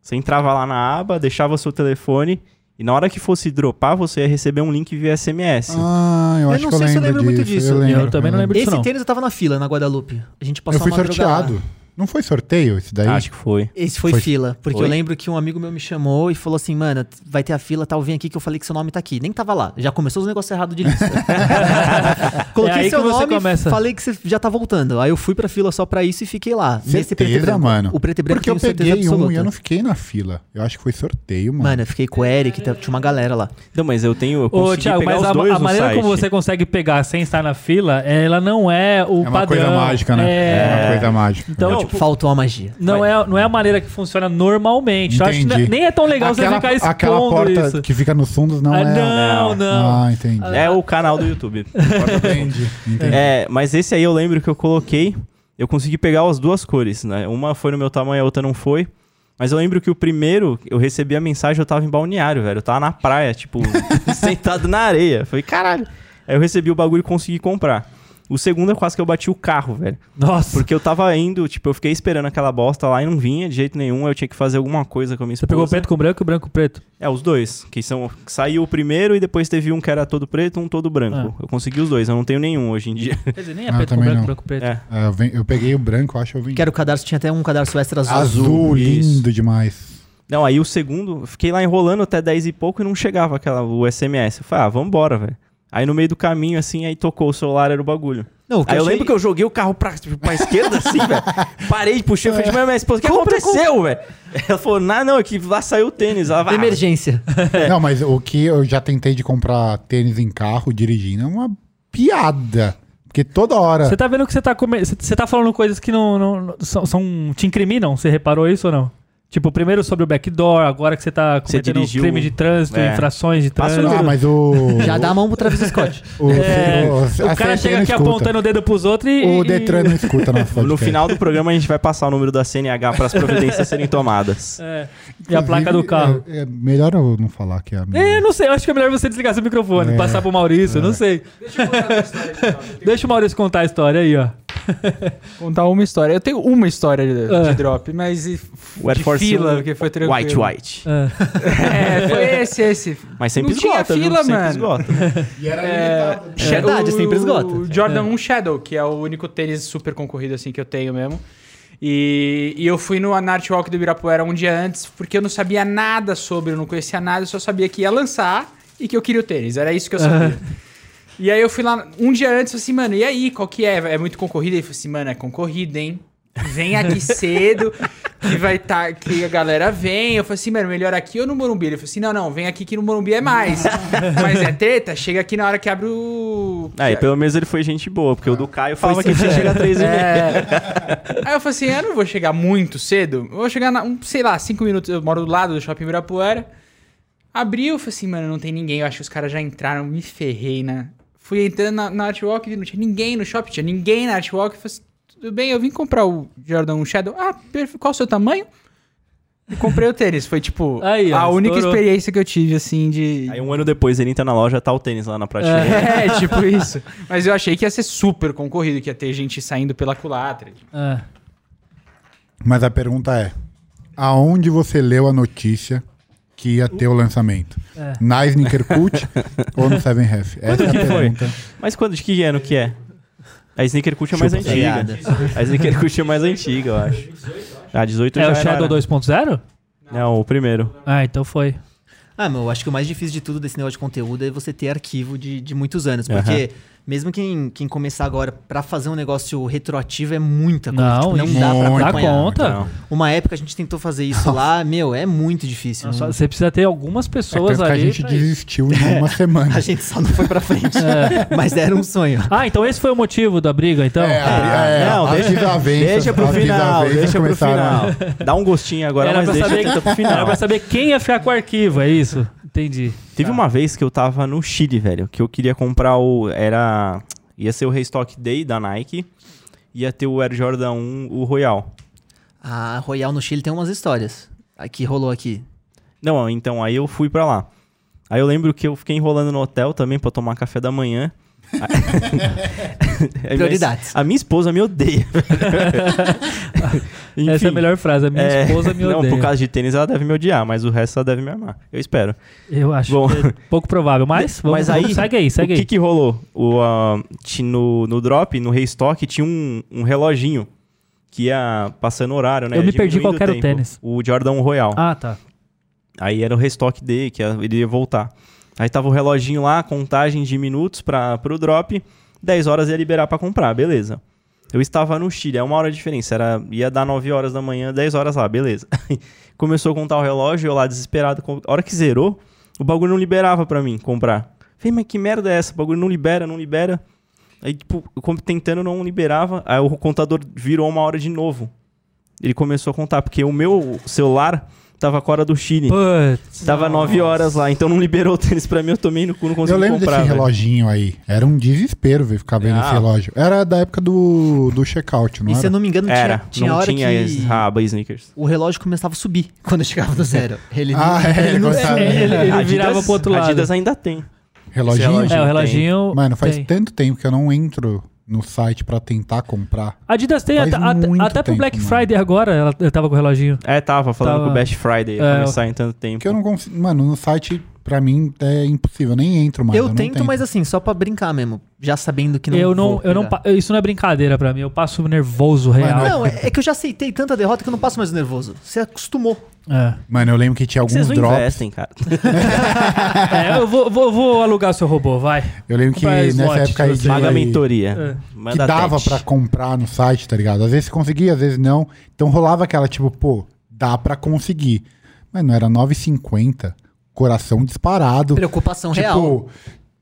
[SPEAKER 2] Você entrava lá na aba, deixava seu telefone, e na hora que fosse dropar, você ia receber um link via SMS.
[SPEAKER 3] Ah, eu,
[SPEAKER 4] Eu
[SPEAKER 3] acho
[SPEAKER 4] não
[SPEAKER 3] que eu
[SPEAKER 4] sei se eu
[SPEAKER 3] lembro
[SPEAKER 4] lembro muito disso.
[SPEAKER 3] Eu, lembro,
[SPEAKER 1] Eu também não lembro disso,
[SPEAKER 4] Esse
[SPEAKER 1] não.
[SPEAKER 4] tênis eu tava na fila, na Guadalupe. A gente
[SPEAKER 3] Eu
[SPEAKER 4] passou
[SPEAKER 3] fui
[SPEAKER 4] uma madrugada
[SPEAKER 3] sorteado.
[SPEAKER 4] lá.
[SPEAKER 3] Não foi sorteio esse daí?
[SPEAKER 2] Acho que foi.
[SPEAKER 4] Esse foi,
[SPEAKER 3] Foi-
[SPEAKER 4] fila, porque
[SPEAKER 2] foi?
[SPEAKER 4] eu lembro que um amigo meu me chamou e falou assim, mano, vai ter a fila, tal, vem aqui que eu falei que seu nome tá aqui. Nem tava lá, já começou os negócios errados de lista.
[SPEAKER 1] É
[SPEAKER 4] Coloquei
[SPEAKER 1] aí
[SPEAKER 4] seu
[SPEAKER 1] que você
[SPEAKER 4] nome,
[SPEAKER 1] começa.
[SPEAKER 4] falei que você já tá voltando. Aí eu fui pra fila só pra isso e fiquei lá. nesse preto e
[SPEAKER 3] Certeza,
[SPEAKER 4] branco.
[SPEAKER 3] mano.
[SPEAKER 4] O preto e branco
[SPEAKER 3] Porque eu
[SPEAKER 4] tenho certeza
[SPEAKER 3] peguei
[SPEAKER 4] absoluta.
[SPEAKER 3] um e eu não fiquei na fila. Eu acho que foi sorteio, mano.
[SPEAKER 4] Mano, eu fiquei com o Eric, tá- tinha uma galera lá.
[SPEAKER 2] Não, mas eu tenho. Eu
[SPEAKER 1] Ô,
[SPEAKER 2] consegui
[SPEAKER 1] Thiago,
[SPEAKER 2] pegar
[SPEAKER 1] mas
[SPEAKER 2] os
[SPEAKER 1] a, a
[SPEAKER 2] dois no
[SPEAKER 1] maneira
[SPEAKER 2] site.
[SPEAKER 1] como você consegue pegar sem estar na fila, ela não é o
[SPEAKER 3] é uma
[SPEAKER 1] padrão.
[SPEAKER 3] coisa mágica, né?
[SPEAKER 1] É.
[SPEAKER 3] uma coisa mágica.
[SPEAKER 1] Então,
[SPEAKER 2] Não,
[SPEAKER 1] tipo,
[SPEAKER 4] Faltou a magia.
[SPEAKER 1] não é, não é a maneira que funciona normalmente. Eu acho que
[SPEAKER 3] Entendi.
[SPEAKER 1] nem é tão legal você ficar expondo
[SPEAKER 3] aquela porta
[SPEAKER 1] isso.
[SPEAKER 3] que fica nos fundos não
[SPEAKER 1] Ah,
[SPEAKER 3] é.
[SPEAKER 1] não, não.
[SPEAKER 3] Ah, entendi.
[SPEAKER 2] É o canal do YouTube.
[SPEAKER 3] entendi. entendi.
[SPEAKER 2] É, mas esse aí eu lembro que eu coloquei. Eu consegui pegar as duas cores, né? Uma foi no meu tamanho, a outra não foi. Mas eu lembro que o primeiro, eu recebi a mensagem, eu tava em balneário, velho. Eu tava na praia, tipo, sentado na areia. Falei, caralho. Aí eu recebi o bagulho e consegui comprar. O segundo é quase que eu bati o carro, velho.
[SPEAKER 1] Nossa.
[SPEAKER 2] Porque eu tava indo, tipo, eu fiquei esperando aquela bosta lá e não vinha de jeito nenhum. Eu tinha que fazer alguma coisa com a minha
[SPEAKER 1] Você
[SPEAKER 2] esposa.
[SPEAKER 1] pegou o preto com branco e o branco com preto.
[SPEAKER 2] É, os dois. Que são. que Saiu o primeiro e depois teve um que era todo preto um todo branco.
[SPEAKER 1] Ah.
[SPEAKER 2] Eu consegui os dois, eu não tenho nenhum hoje em dia.
[SPEAKER 1] Quer dizer, nem é
[SPEAKER 3] Ah,
[SPEAKER 1] preto com
[SPEAKER 3] também
[SPEAKER 1] branco,
[SPEAKER 3] não.
[SPEAKER 1] branco com preto.
[SPEAKER 2] É.
[SPEAKER 3] É, eu, ven- eu peguei o branco, acho que eu vim.
[SPEAKER 4] Que era o cadarço, tinha até um cadarço extra azul.
[SPEAKER 2] azul,
[SPEAKER 3] lindo demais.
[SPEAKER 2] Não, aí o segundo, eu fiquei lá enrolando até 10 e pouco e não chegava aquela, o SMS. Eu falei, ah, vambora, velho. Aí no meio do caminho, assim, aí tocou o celular, era o bagulho.
[SPEAKER 4] Não, o que
[SPEAKER 2] Aí eu
[SPEAKER 4] achei-
[SPEAKER 2] lembro que eu joguei o carro pra, pra esquerda, assim, velho. Parei, puxei o freio de mão, minha esposa, o que
[SPEAKER 4] Compra,
[SPEAKER 2] aconteceu, velho? Ela falou, não, não, é que lá saiu o tênis. Ela vai.
[SPEAKER 4] Emergência.
[SPEAKER 3] Não, mas o que eu já tentei de comprar tênis em carro dirigindo é uma piada. Porque toda hora.
[SPEAKER 1] Você tá vendo que você tá, come... você- você tá falando coisas que não, não- não- são, são- te incriminam? Você reparou isso ou não? Tipo, primeiro sobre o backdoor, agora que você tá
[SPEAKER 2] Você
[SPEAKER 1] cometendo
[SPEAKER 2] dirigiu-
[SPEAKER 1] crime de trânsito,
[SPEAKER 2] É.
[SPEAKER 1] infrações de
[SPEAKER 2] Passa o
[SPEAKER 1] trânsito.
[SPEAKER 3] Ah, mas o.
[SPEAKER 4] Já dá a mão pro Travis Scott.
[SPEAKER 3] O,
[SPEAKER 1] É,
[SPEAKER 3] o- a
[SPEAKER 1] o cara
[SPEAKER 3] CNT
[SPEAKER 1] chega
[SPEAKER 3] não
[SPEAKER 1] aqui
[SPEAKER 3] escuta.
[SPEAKER 1] apontando o dedo pros outros e.
[SPEAKER 3] O
[SPEAKER 1] e-
[SPEAKER 3] Detran não escuta na
[SPEAKER 2] No final do programa a gente vai passar o número da CNH para as providências serem tomadas.
[SPEAKER 1] É, e a placa do carro.
[SPEAKER 3] É, é melhor eu não falar que é a minha.
[SPEAKER 1] É, não sei, eu acho que é melhor você desligar seu microfone,
[SPEAKER 3] É.
[SPEAKER 1] passar pro Maurício, não sei. Deixa o Maurício contar a história aí, ó.
[SPEAKER 5] Contar uma história. Eu tenho uma história de,
[SPEAKER 1] Ah.
[SPEAKER 5] de drop, mas e,
[SPEAKER 2] O Air
[SPEAKER 5] de
[SPEAKER 2] Force 1,
[SPEAKER 5] fila, porque foi tranquilo.
[SPEAKER 2] White, white.
[SPEAKER 1] É.
[SPEAKER 5] É, foi esse, esse.
[SPEAKER 2] Mas sempre
[SPEAKER 5] Não tinha
[SPEAKER 2] esgota, viu?
[SPEAKER 5] fila,
[SPEAKER 2] sempre
[SPEAKER 5] mano.
[SPEAKER 2] esgota.
[SPEAKER 3] E era limitado.
[SPEAKER 4] É verdade,
[SPEAKER 5] o-
[SPEAKER 4] sempre esgota.
[SPEAKER 5] O Jordan 1 Shadow, que é o único tênis super concorrido assim que eu tenho mesmo. E, e eu fui no Anart Walk do Ibirapuera um dia antes, porque eu não sabia nada sobre, eu não conhecia nada, eu só sabia que ia lançar e que eu queria o tênis. Era isso que eu sabia. E aí eu fui lá um dia antes e falei assim, mano, e aí, qual que é? É muito concorrido? Ele falou assim, mano, é concorrido, hein? Vem aqui cedo, que vai tá, que a galera vem. Eu falei assim, mano, melhor aqui ou no Morumbi? Ele falou assim, não, não, vem aqui que no Morumbi é mais. Mas é treta, chega aqui na hora que abre o...
[SPEAKER 2] Aí, pelo menos ele foi gente boa, porque o do Caio falava que
[SPEAKER 5] sincero.
[SPEAKER 2] tinha que chegar 3 e meia.
[SPEAKER 5] Aí eu falei assim, eu não vou chegar muito cedo. Eu vou chegar, na, um, sei lá, cinco minutos. Eu moro do lado do Shopping Ibirapuera. Abriu, eu falei assim, mano, não tem ninguém. Eu acho que os caras já entraram, me ferrei, né? Fui entrando na, na Artwalk e não tinha ninguém no shopping, tinha ninguém na Artwalk. Eu falei assim, tudo bem, eu vim comprar o Jordan 1 Shadow. Ah, perfe- qual o seu tamanho? E comprei o tênis. Foi, tipo,
[SPEAKER 1] Aí, ó,
[SPEAKER 5] a única
[SPEAKER 1] estourou.
[SPEAKER 5] experiência que eu tive, assim, de...
[SPEAKER 2] Aí um ano depois ele entra na loja, tá o tênis lá na prateleira.
[SPEAKER 5] É, tipo isso. Mas eu achei que ia ser super concorrido, que ia ter gente saindo pela culatra.
[SPEAKER 1] É.
[SPEAKER 3] Mas a pergunta é: aonde você leu a notícia que ia ter o lançamento?
[SPEAKER 1] É.
[SPEAKER 3] Na Sneaker Cult ou no Seven Ref? Essa é a
[SPEAKER 2] que foi?
[SPEAKER 3] pergunta.
[SPEAKER 2] Mas quando, de que ano que é? A Sneaker Cult é mais
[SPEAKER 3] Chupa,
[SPEAKER 2] antiga. A Sneaker Cult é mais antiga, eu acho. Ah, 18
[SPEAKER 1] É
[SPEAKER 2] já
[SPEAKER 1] o
[SPEAKER 2] era.
[SPEAKER 1] Shadow 2.0?
[SPEAKER 2] Não, o primeiro.
[SPEAKER 1] Ah, então foi.
[SPEAKER 4] Ah, meu, eu acho que o mais difícil de tudo desse negócio de conteúdo é você ter arquivo de, de muitos anos. Porque mesmo quem, quem começar agora pra fazer um negócio retroativo é muita coisa.
[SPEAKER 1] Não,
[SPEAKER 4] tipo,
[SPEAKER 1] isso.
[SPEAKER 4] não dá pra
[SPEAKER 3] Muito.
[SPEAKER 1] Dá
[SPEAKER 4] acompanhar.
[SPEAKER 1] conta?
[SPEAKER 2] Não.
[SPEAKER 4] Uma época a gente tentou fazer isso lá, meu, é muito difícil.
[SPEAKER 1] Nossa,
[SPEAKER 4] não-
[SPEAKER 1] Você precisa ter algumas
[SPEAKER 3] É
[SPEAKER 1] pessoas
[SPEAKER 3] tanto que a
[SPEAKER 1] ali.
[SPEAKER 3] gente
[SPEAKER 1] pra isso.
[SPEAKER 3] desistiu em uma semana.
[SPEAKER 4] A gente só não foi pra frente.
[SPEAKER 2] É.
[SPEAKER 4] Mas era um sonho.
[SPEAKER 1] Ah, então esse foi o motivo da briga, então?
[SPEAKER 3] É, a- é,
[SPEAKER 2] Ah, não,
[SPEAKER 3] as
[SPEAKER 2] deixa-
[SPEAKER 3] desavenças-
[SPEAKER 2] Deixa pro
[SPEAKER 3] as
[SPEAKER 2] final,
[SPEAKER 3] desavenças
[SPEAKER 2] deixa pro
[SPEAKER 3] começaram-
[SPEAKER 2] final. Dá um gostinho agora,
[SPEAKER 1] era,
[SPEAKER 2] mas
[SPEAKER 1] pra
[SPEAKER 2] deixa
[SPEAKER 1] saber, tá
[SPEAKER 2] até pro
[SPEAKER 1] era
[SPEAKER 2] final.
[SPEAKER 1] pra saber quem ia ficar com o arquivo, é isso? Entendi.
[SPEAKER 2] Teve uma vez que eu tava no Chile, velho, que eu queria comprar o. Era. Ia ser o Restock Day da Nike. Ia ter o Air Jordan 1, o Royal.
[SPEAKER 4] A Royal no Chile tem umas histórias ah, que rolou aqui.
[SPEAKER 2] Não, então aí eu fui pra lá. Aí eu lembro que eu fiquei enrolando no hotel também pra tomar café da manhã. Aí minha-
[SPEAKER 4] Prioridades.
[SPEAKER 2] A minha esposa me odeia.
[SPEAKER 1] Essa é
[SPEAKER 2] Enfim,
[SPEAKER 1] a melhor frase. A minha
[SPEAKER 2] é,
[SPEAKER 1] esposa me odeia.
[SPEAKER 2] Não, por causa de tênis ela deve me odiar, mas o resto ela deve me amar. Eu espero.
[SPEAKER 1] Eu acho
[SPEAKER 2] Bom.
[SPEAKER 1] que é pouco provável, mas vamos,
[SPEAKER 2] Mas aí,
[SPEAKER 1] vamos- segue aí, segue
[SPEAKER 2] o que
[SPEAKER 1] aí.
[SPEAKER 2] que rolou? O, ah, ti- no, no drop, no restock, tinha um, um reloginho que ia passando horário, né?
[SPEAKER 1] Eu
[SPEAKER 2] Ia
[SPEAKER 1] me perdi
[SPEAKER 2] diminuindo
[SPEAKER 1] qual que era o
[SPEAKER 2] tempo.
[SPEAKER 1] tênis.
[SPEAKER 2] O Jordan Royal.
[SPEAKER 1] Ah, tá.
[SPEAKER 2] Aí era o restock dele, que ele ia voltar. Aí tava o reloginho lá, contagem de minutos para pro drop, 10 horas ia liberar para comprar, beleza. Eu estava no Chile, é uma hora de diferença, era, ia dar 9 horas da manhã, 10 horas lá, beleza. Começou a contar o relógio, eu lá desesperado, com- a hora que zerou, o bagulho não liberava para mim comprar. Falei, mas que merda é essa? O bagulho não libera, não libera. Aí, tipo, eu com- tentando não liberava, aí o contador virou uma hora de novo. Ele começou a contar, porque o meu celular tava com a hora do Chile.
[SPEAKER 1] Putz.
[SPEAKER 2] Tava 9 horas lá, então não liberou o tênis pra mim, eu tomei no cu, não consegui
[SPEAKER 3] Eu lembro
[SPEAKER 2] comprar.
[SPEAKER 3] desse
[SPEAKER 2] velho.
[SPEAKER 3] reloginho aí. Era um desespero ver ficar vendo
[SPEAKER 2] Ah.
[SPEAKER 3] esse relógio. Era da época do, do check-out, não
[SPEAKER 4] e se
[SPEAKER 3] era?
[SPEAKER 4] eu não me engano,
[SPEAKER 2] Era,
[SPEAKER 4] tinha, tinha
[SPEAKER 2] não
[SPEAKER 4] hora
[SPEAKER 2] tinha
[SPEAKER 4] que
[SPEAKER 2] es- raba e sneakers.
[SPEAKER 4] o relógio começava a subir quando eu chegava no zero. Ele
[SPEAKER 3] Ah, é, ele
[SPEAKER 4] não
[SPEAKER 3] gostava. né?
[SPEAKER 4] subia.
[SPEAKER 1] Ele, ele
[SPEAKER 2] Adidas-
[SPEAKER 1] virava pro outro lado.
[SPEAKER 2] Adidas ainda tem.
[SPEAKER 3] Reloginho?
[SPEAKER 2] Esse relógio.
[SPEAKER 1] É, o
[SPEAKER 2] tem.
[SPEAKER 1] reloginho.
[SPEAKER 3] Mano, faz
[SPEAKER 1] tem.
[SPEAKER 3] tanto tempo que eu não entro no site pra tentar comprar.
[SPEAKER 1] Adidas tem
[SPEAKER 3] Faz
[SPEAKER 1] até, até-
[SPEAKER 3] muito
[SPEAKER 1] até pro
[SPEAKER 3] tempo,
[SPEAKER 1] Black
[SPEAKER 3] mano.
[SPEAKER 1] Friday agora, ela, ela tava com o reloginho.
[SPEAKER 2] É, tava falando
[SPEAKER 1] Tava.
[SPEAKER 2] que o Best Friday ia
[SPEAKER 1] É,
[SPEAKER 2] começar em tanto tempo.
[SPEAKER 3] Porque eu não consigo. Mano, no site, pra mim, é impossível. Eu nem entro mais.
[SPEAKER 4] eu
[SPEAKER 3] não
[SPEAKER 4] tento, mas assim, só pra brincar mesmo. Já sabendo que não
[SPEAKER 1] eu
[SPEAKER 4] vou
[SPEAKER 1] não, eu não
[SPEAKER 4] pegar.
[SPEAKER 1] pa- isso não é brincadeira pra mim, eu passo nervoso real.
[SPEAKER 4] Não, é, é que eu já aceitei tanta derrota que eu não passo mais nervoso. Você acostumou.
[SPEAKER 1] É.
[SPEAKER 3] Mano, eu lembro que tinha alguns
[SPEAKER 2] Vocês não
[SPEAKER 3] drops.
[SPEAKER 2] investem, cara.
[SPEAKER 1] É, eu vou, vou, vou alugar seu robô, vai.
[SPEAKER 3] Eu lembro que
[SPEAKER 1] Comprar
[SPEAKER 3] nessa
[SPEAKER 1] slot,
[SPEAKER 3] época aí de.
[SPEAKER 2] Paga a mentoria. Manda
[SPEAKER 3] É. que dava
[SPEAKER 2] tete.
[SPEAKER 3] pra comprar no site, tá ligado? Às vezes conseguia, às vezes não. Então rolava aquela tipo, pô, dá pra conseguir. Mas não era 9,50. Coração disparado.
[SPEAKER 4] Preocupação
[SPEAKER 3] tipo,
[SPEAKER 4] real.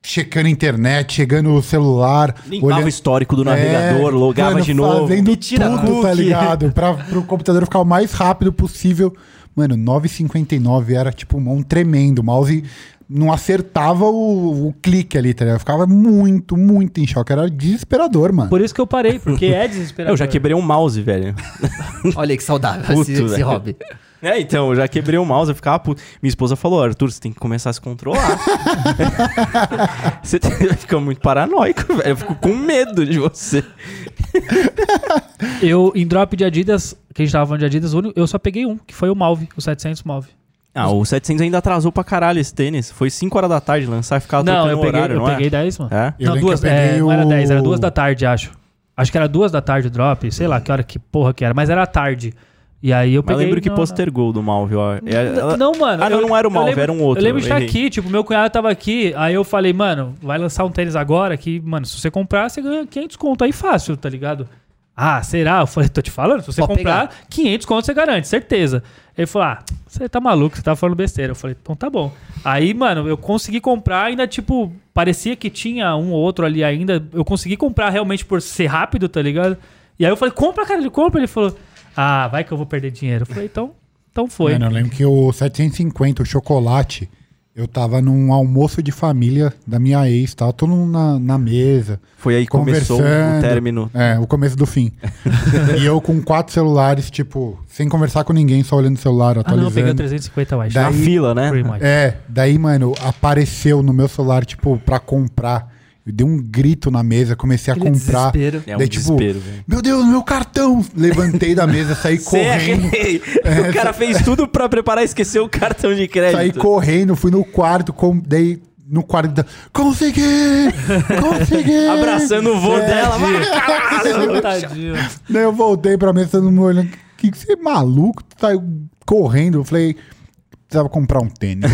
[SPEAKER 3] checando a internet, chegando o celular,
[SPEAKER 2] Limpava o histórico do navegador,
[SPEAKER 3] É,
[SPEAKER 2] logava
[SPEAKER 3] mano,
[SPEAKER 2] de novo.
[SPEAKER 3] Fazendo
[SPEAKER 4] Tira
[SPEAKER 3] tudo, tá
[SPEAKER 4] cookie.
[SPEAKER 3] ligado? Pra, pro computador ficar o mais rápido possível. Mano, 9,59 era tipo um tremendo. O mouse não acertava o, o clique ali, tá ligado? Eu Ficava muito, muito em choque. Era desesperador, mano.
[SPEAKER 1] Por isso que eu parei, porque é desesperador.
[SPEAKER 2] Eu já quebrei um mouse, velho.
[SPEAKER 4] Olha aí que saudável
[SPEAKER 2] Puto,
[SPEAKER 4] esse, esse
[SPEAKER 2] velho.
[SPEAKER 4] hobby.
[SPEAKER 2] É, então, eu já quebrei o mouse, eu ficava puto. Minha esposa falou, Arthur, você tem que começar a se controlar. você tem... fica muito paranoico, velho. Eu fico com medo de você.
[SPEAKER 1] Eu, em drop de Adidas, que a gente tava falando de Adidas, o único- eu só peguei um, que foi o Malve, o 700 Malve.
[SPEAKER 2] Ah, o 700 ainda atrasou pra caralho esse tênis. Foi 5 horas da tarde lançar e ficava
[SPEAKER 1] não,
[SPEAKER 2] trocando
[SPEAKER 1] eu peguei,
[SPEAKER 2] horário,
[SPEAKER 1] eu
[SPEAKER 2] não é?
[SPEAKER 1] peguei 10, mano.
[SPEAKER 2] É?
[SPEAKER 3] Eu
[SPEAKER 1] não,
[SPEAKER 3] lembro que
[SPEAKER 1] duas,
[SPEAKER 3] eu
[SPEAKER 1] é,
[SPEAKER 3] peguei
[SPEAKER 1] não era
[SPEAKER 3] o-
[SPEAKER 1] 10, era duas da tarde, acho. Acho que era duas da tarde o drop, sei lá que hora que porra que era, mas era tarde. E aí eu
[SPEAKER 2] Mas eu
[SPEAKER 1] peguei.
[SPEAKER 2] lembro que
[SPEAKER 1] não,
[SPEAKER 2] postergou do Malve, ó. É, ela-
[SPEAKER 1] Não, mano.
[SPEAKER 2] Ah, não, não era o
[SPEAKER 1] eu
[SPEAKER 2] Malve,
[SPEAKER 1] lembro-
[SPEAKER 2] era um outro,
[SPEAKER 1] Eu lembro de estar
[SPEAKER 2] errei.
[SPEAKER 1] aqui, tipo, meu cunhado tava aqui, aí eu falei, mano, vai lançar um tênis agora que, mano, se você comprar, você ganha 500 conto aí fácil, tá ligado? Ah, será? Eu falei, tô te falando, se você
[SPEAKER 4] Pode
[SPEAKER 1] comprar, 500 conto você garante, certeza. Ele falou, ah, você tá maluco, você tá falando besteira. Eu falei, então tá bom. Aí, mano, eu consegui comprar ainda, tipo, parecia que tinha um ou outro ali ainda. Eu consegui comprar realmente por ser rápido, tá ligado? E aí eu falei, compra, cara, ele compra. Ele falou, ah, vai que eu vou perder dinheiro. Eu falei, então, então foi.
[SPEAKER 3] Mano, eu lembro que o 750, o chocolate, eu tava num almoço de família da minha ex, tava todo mundo na, na mesa.
[SPEAKER 2] Foi aí que começou o
[SPEAKER 3] Conversando.
[SPEAKER 2] término.
[SPEAKER 3] É, o começo do fim. e eu com quatro celulares, tipo, sem conversar com ninguém, só olhando o celular,
[SPEAKER 1] Ah, não, eu peguei o
[SPEAKER 3] atualizando.
[SPEAKER 1] 350 White.
[SPEAKER 2] Na
[SPEAKER 3] Daí-
[SPEAKER 2] fila, né?
[SPEAKER 1] Free White.
[SPEAKER 3] É, daí, mano, apareceu no meu celular, tipo, pra comprar. Eu dei um grito na mesa, comecei a
[SPEAKER 4] Aquele
[SPEAKER 3] comprar.
[SPEAKER 4] desespero.
[SPEAKER 2] É um
[SPEAKER 3] Daí, tipo,
[SPEAKER 2] desespero, velho. é
[SPEAKER 3] Meu Deus, meu cartão! Levantei da mesa, saí correndo.
[SPEAKER 2] o cara fez tudo pra preparar e esqueceu o cartão de crédito.
[SPEAKER 3] Saí correndo, fui no quarto, com, dei no quarto da. Consegui! Consegui!
[SPEAKER 2] Abraçando o vô
[SPEAKER 3] É,
[SPEAKER 2] dela.
[SPEAKER 3] de-
[SPEAKER 2] vai, caralho.
[SPEAKER 1] Tadinho.
[SPEAKER 4] É.
[SPEAKER 3] Daí eu voltei pra mesa, todo mundo olhando. Que que você é maluco? Tu saiu correndo. Eu falei, precisava comprar um tênis.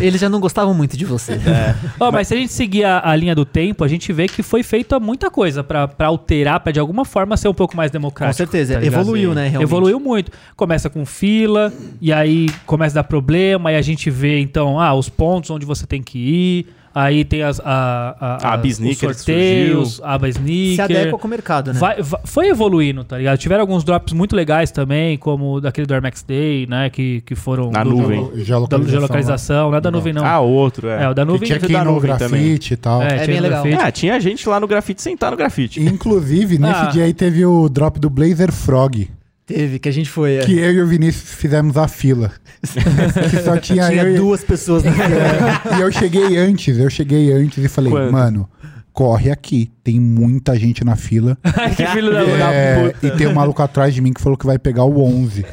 [SPEAKER 4] Eles já não gostavam muito de você.
[SPEAKER 3] É.
[SPEAKER 1] Ó, mas se a gente seguir a, a linha do tempo, a gente vê que foi feita muita coisa pra pra alterar, pra de alguma forma ser um pouco mais
[SPEAKER 4] Com
[SPEAKER 1] democrático.
[SPEAKER 4] certeza.
[SPEAKER 1] tá ligado?
[SPEAKER 4] Evoluiu, né? Realmente.
[SPEAKER 1] Evoluiu muito. Começa com fila, e aí começa a dar problema, e a gente vê, então, ah, os pontos onde você tem que ir, aí tem as, a,
[SPEAKER 2] A Bisnicker
[SPEAKER 1] os sorteios, a
[SPEAKER 4] Se
[SPEAKER 1] Bisnicker.
[SPEAKER 4] adequa com o mercado, né?
[SPEAKER 1] Vai- va- foi evoluindo, tá ligado? Tiveram alguns drops muito legais também, como daquele do Air Max Day, né? Que, que foram.
[SPEAKER 2] Na
[SPEAKER 1] do-
[SPEAKER 2] nuvem.
[SPEAKER 1] do-
[SPEAKER 3] Geolocalização, né?
[SPEAKER 1] Da geolocalização, não é da
[SPEAKER 3] Legal.
[SPEAKER 1] nuvem, não.
[SPEAKER 2] Ah, o outro, é.
[SPEAKER 1] é, o da
[SPEAKER 3] Que
[SPEAKER 1] nuvem.
[SPEAKER 3] tinha que
[SPEAKER 2] da
[SPEAKER 3] ir no
[SPEAKER 2] nuvem também.
[SPEAKER 3] grafite e tal.
[SPEAKER 1] É,
[SPEAKER 4] É
[SPEAKER 1] tinha
[SPEAKER 4] bem
[SPEAKER 1] no
[SPEAKER 4] legal.
[SPEAKER 1] grafite.
[SPEAKER 2] Ah, tinha gente lá no grafite sentar no grafite.
[SPEAKER 3] Inclusive, nesse
[SPEAKER 1] Ah.
[SPEAKER 3] dia aí teve o drop do Blazer Frog,
[SPEAKER 4] Teve, que a gente foi. é.
[SPEAKER 3] que eu e o Vinícius fizemos a fila. que só tinha,
[SPEAKER 4] Tinha
[SPEAKER 3] eu e-
[SPEAKER 4] duas pessoas né? na
[SPEAKER 3] É, e eu cheguei antes, eu cheguei antes e falei,
[SPEAKER 2] Quando?
[SPEAKER 3] mano, corre aqui, tem muita gente na fila.
[SPEAKER 1] Ai, que filho da mãe.
[SPEAKER 3] É, e tem um maluco atrás de mim que falou que vai pegar o 11.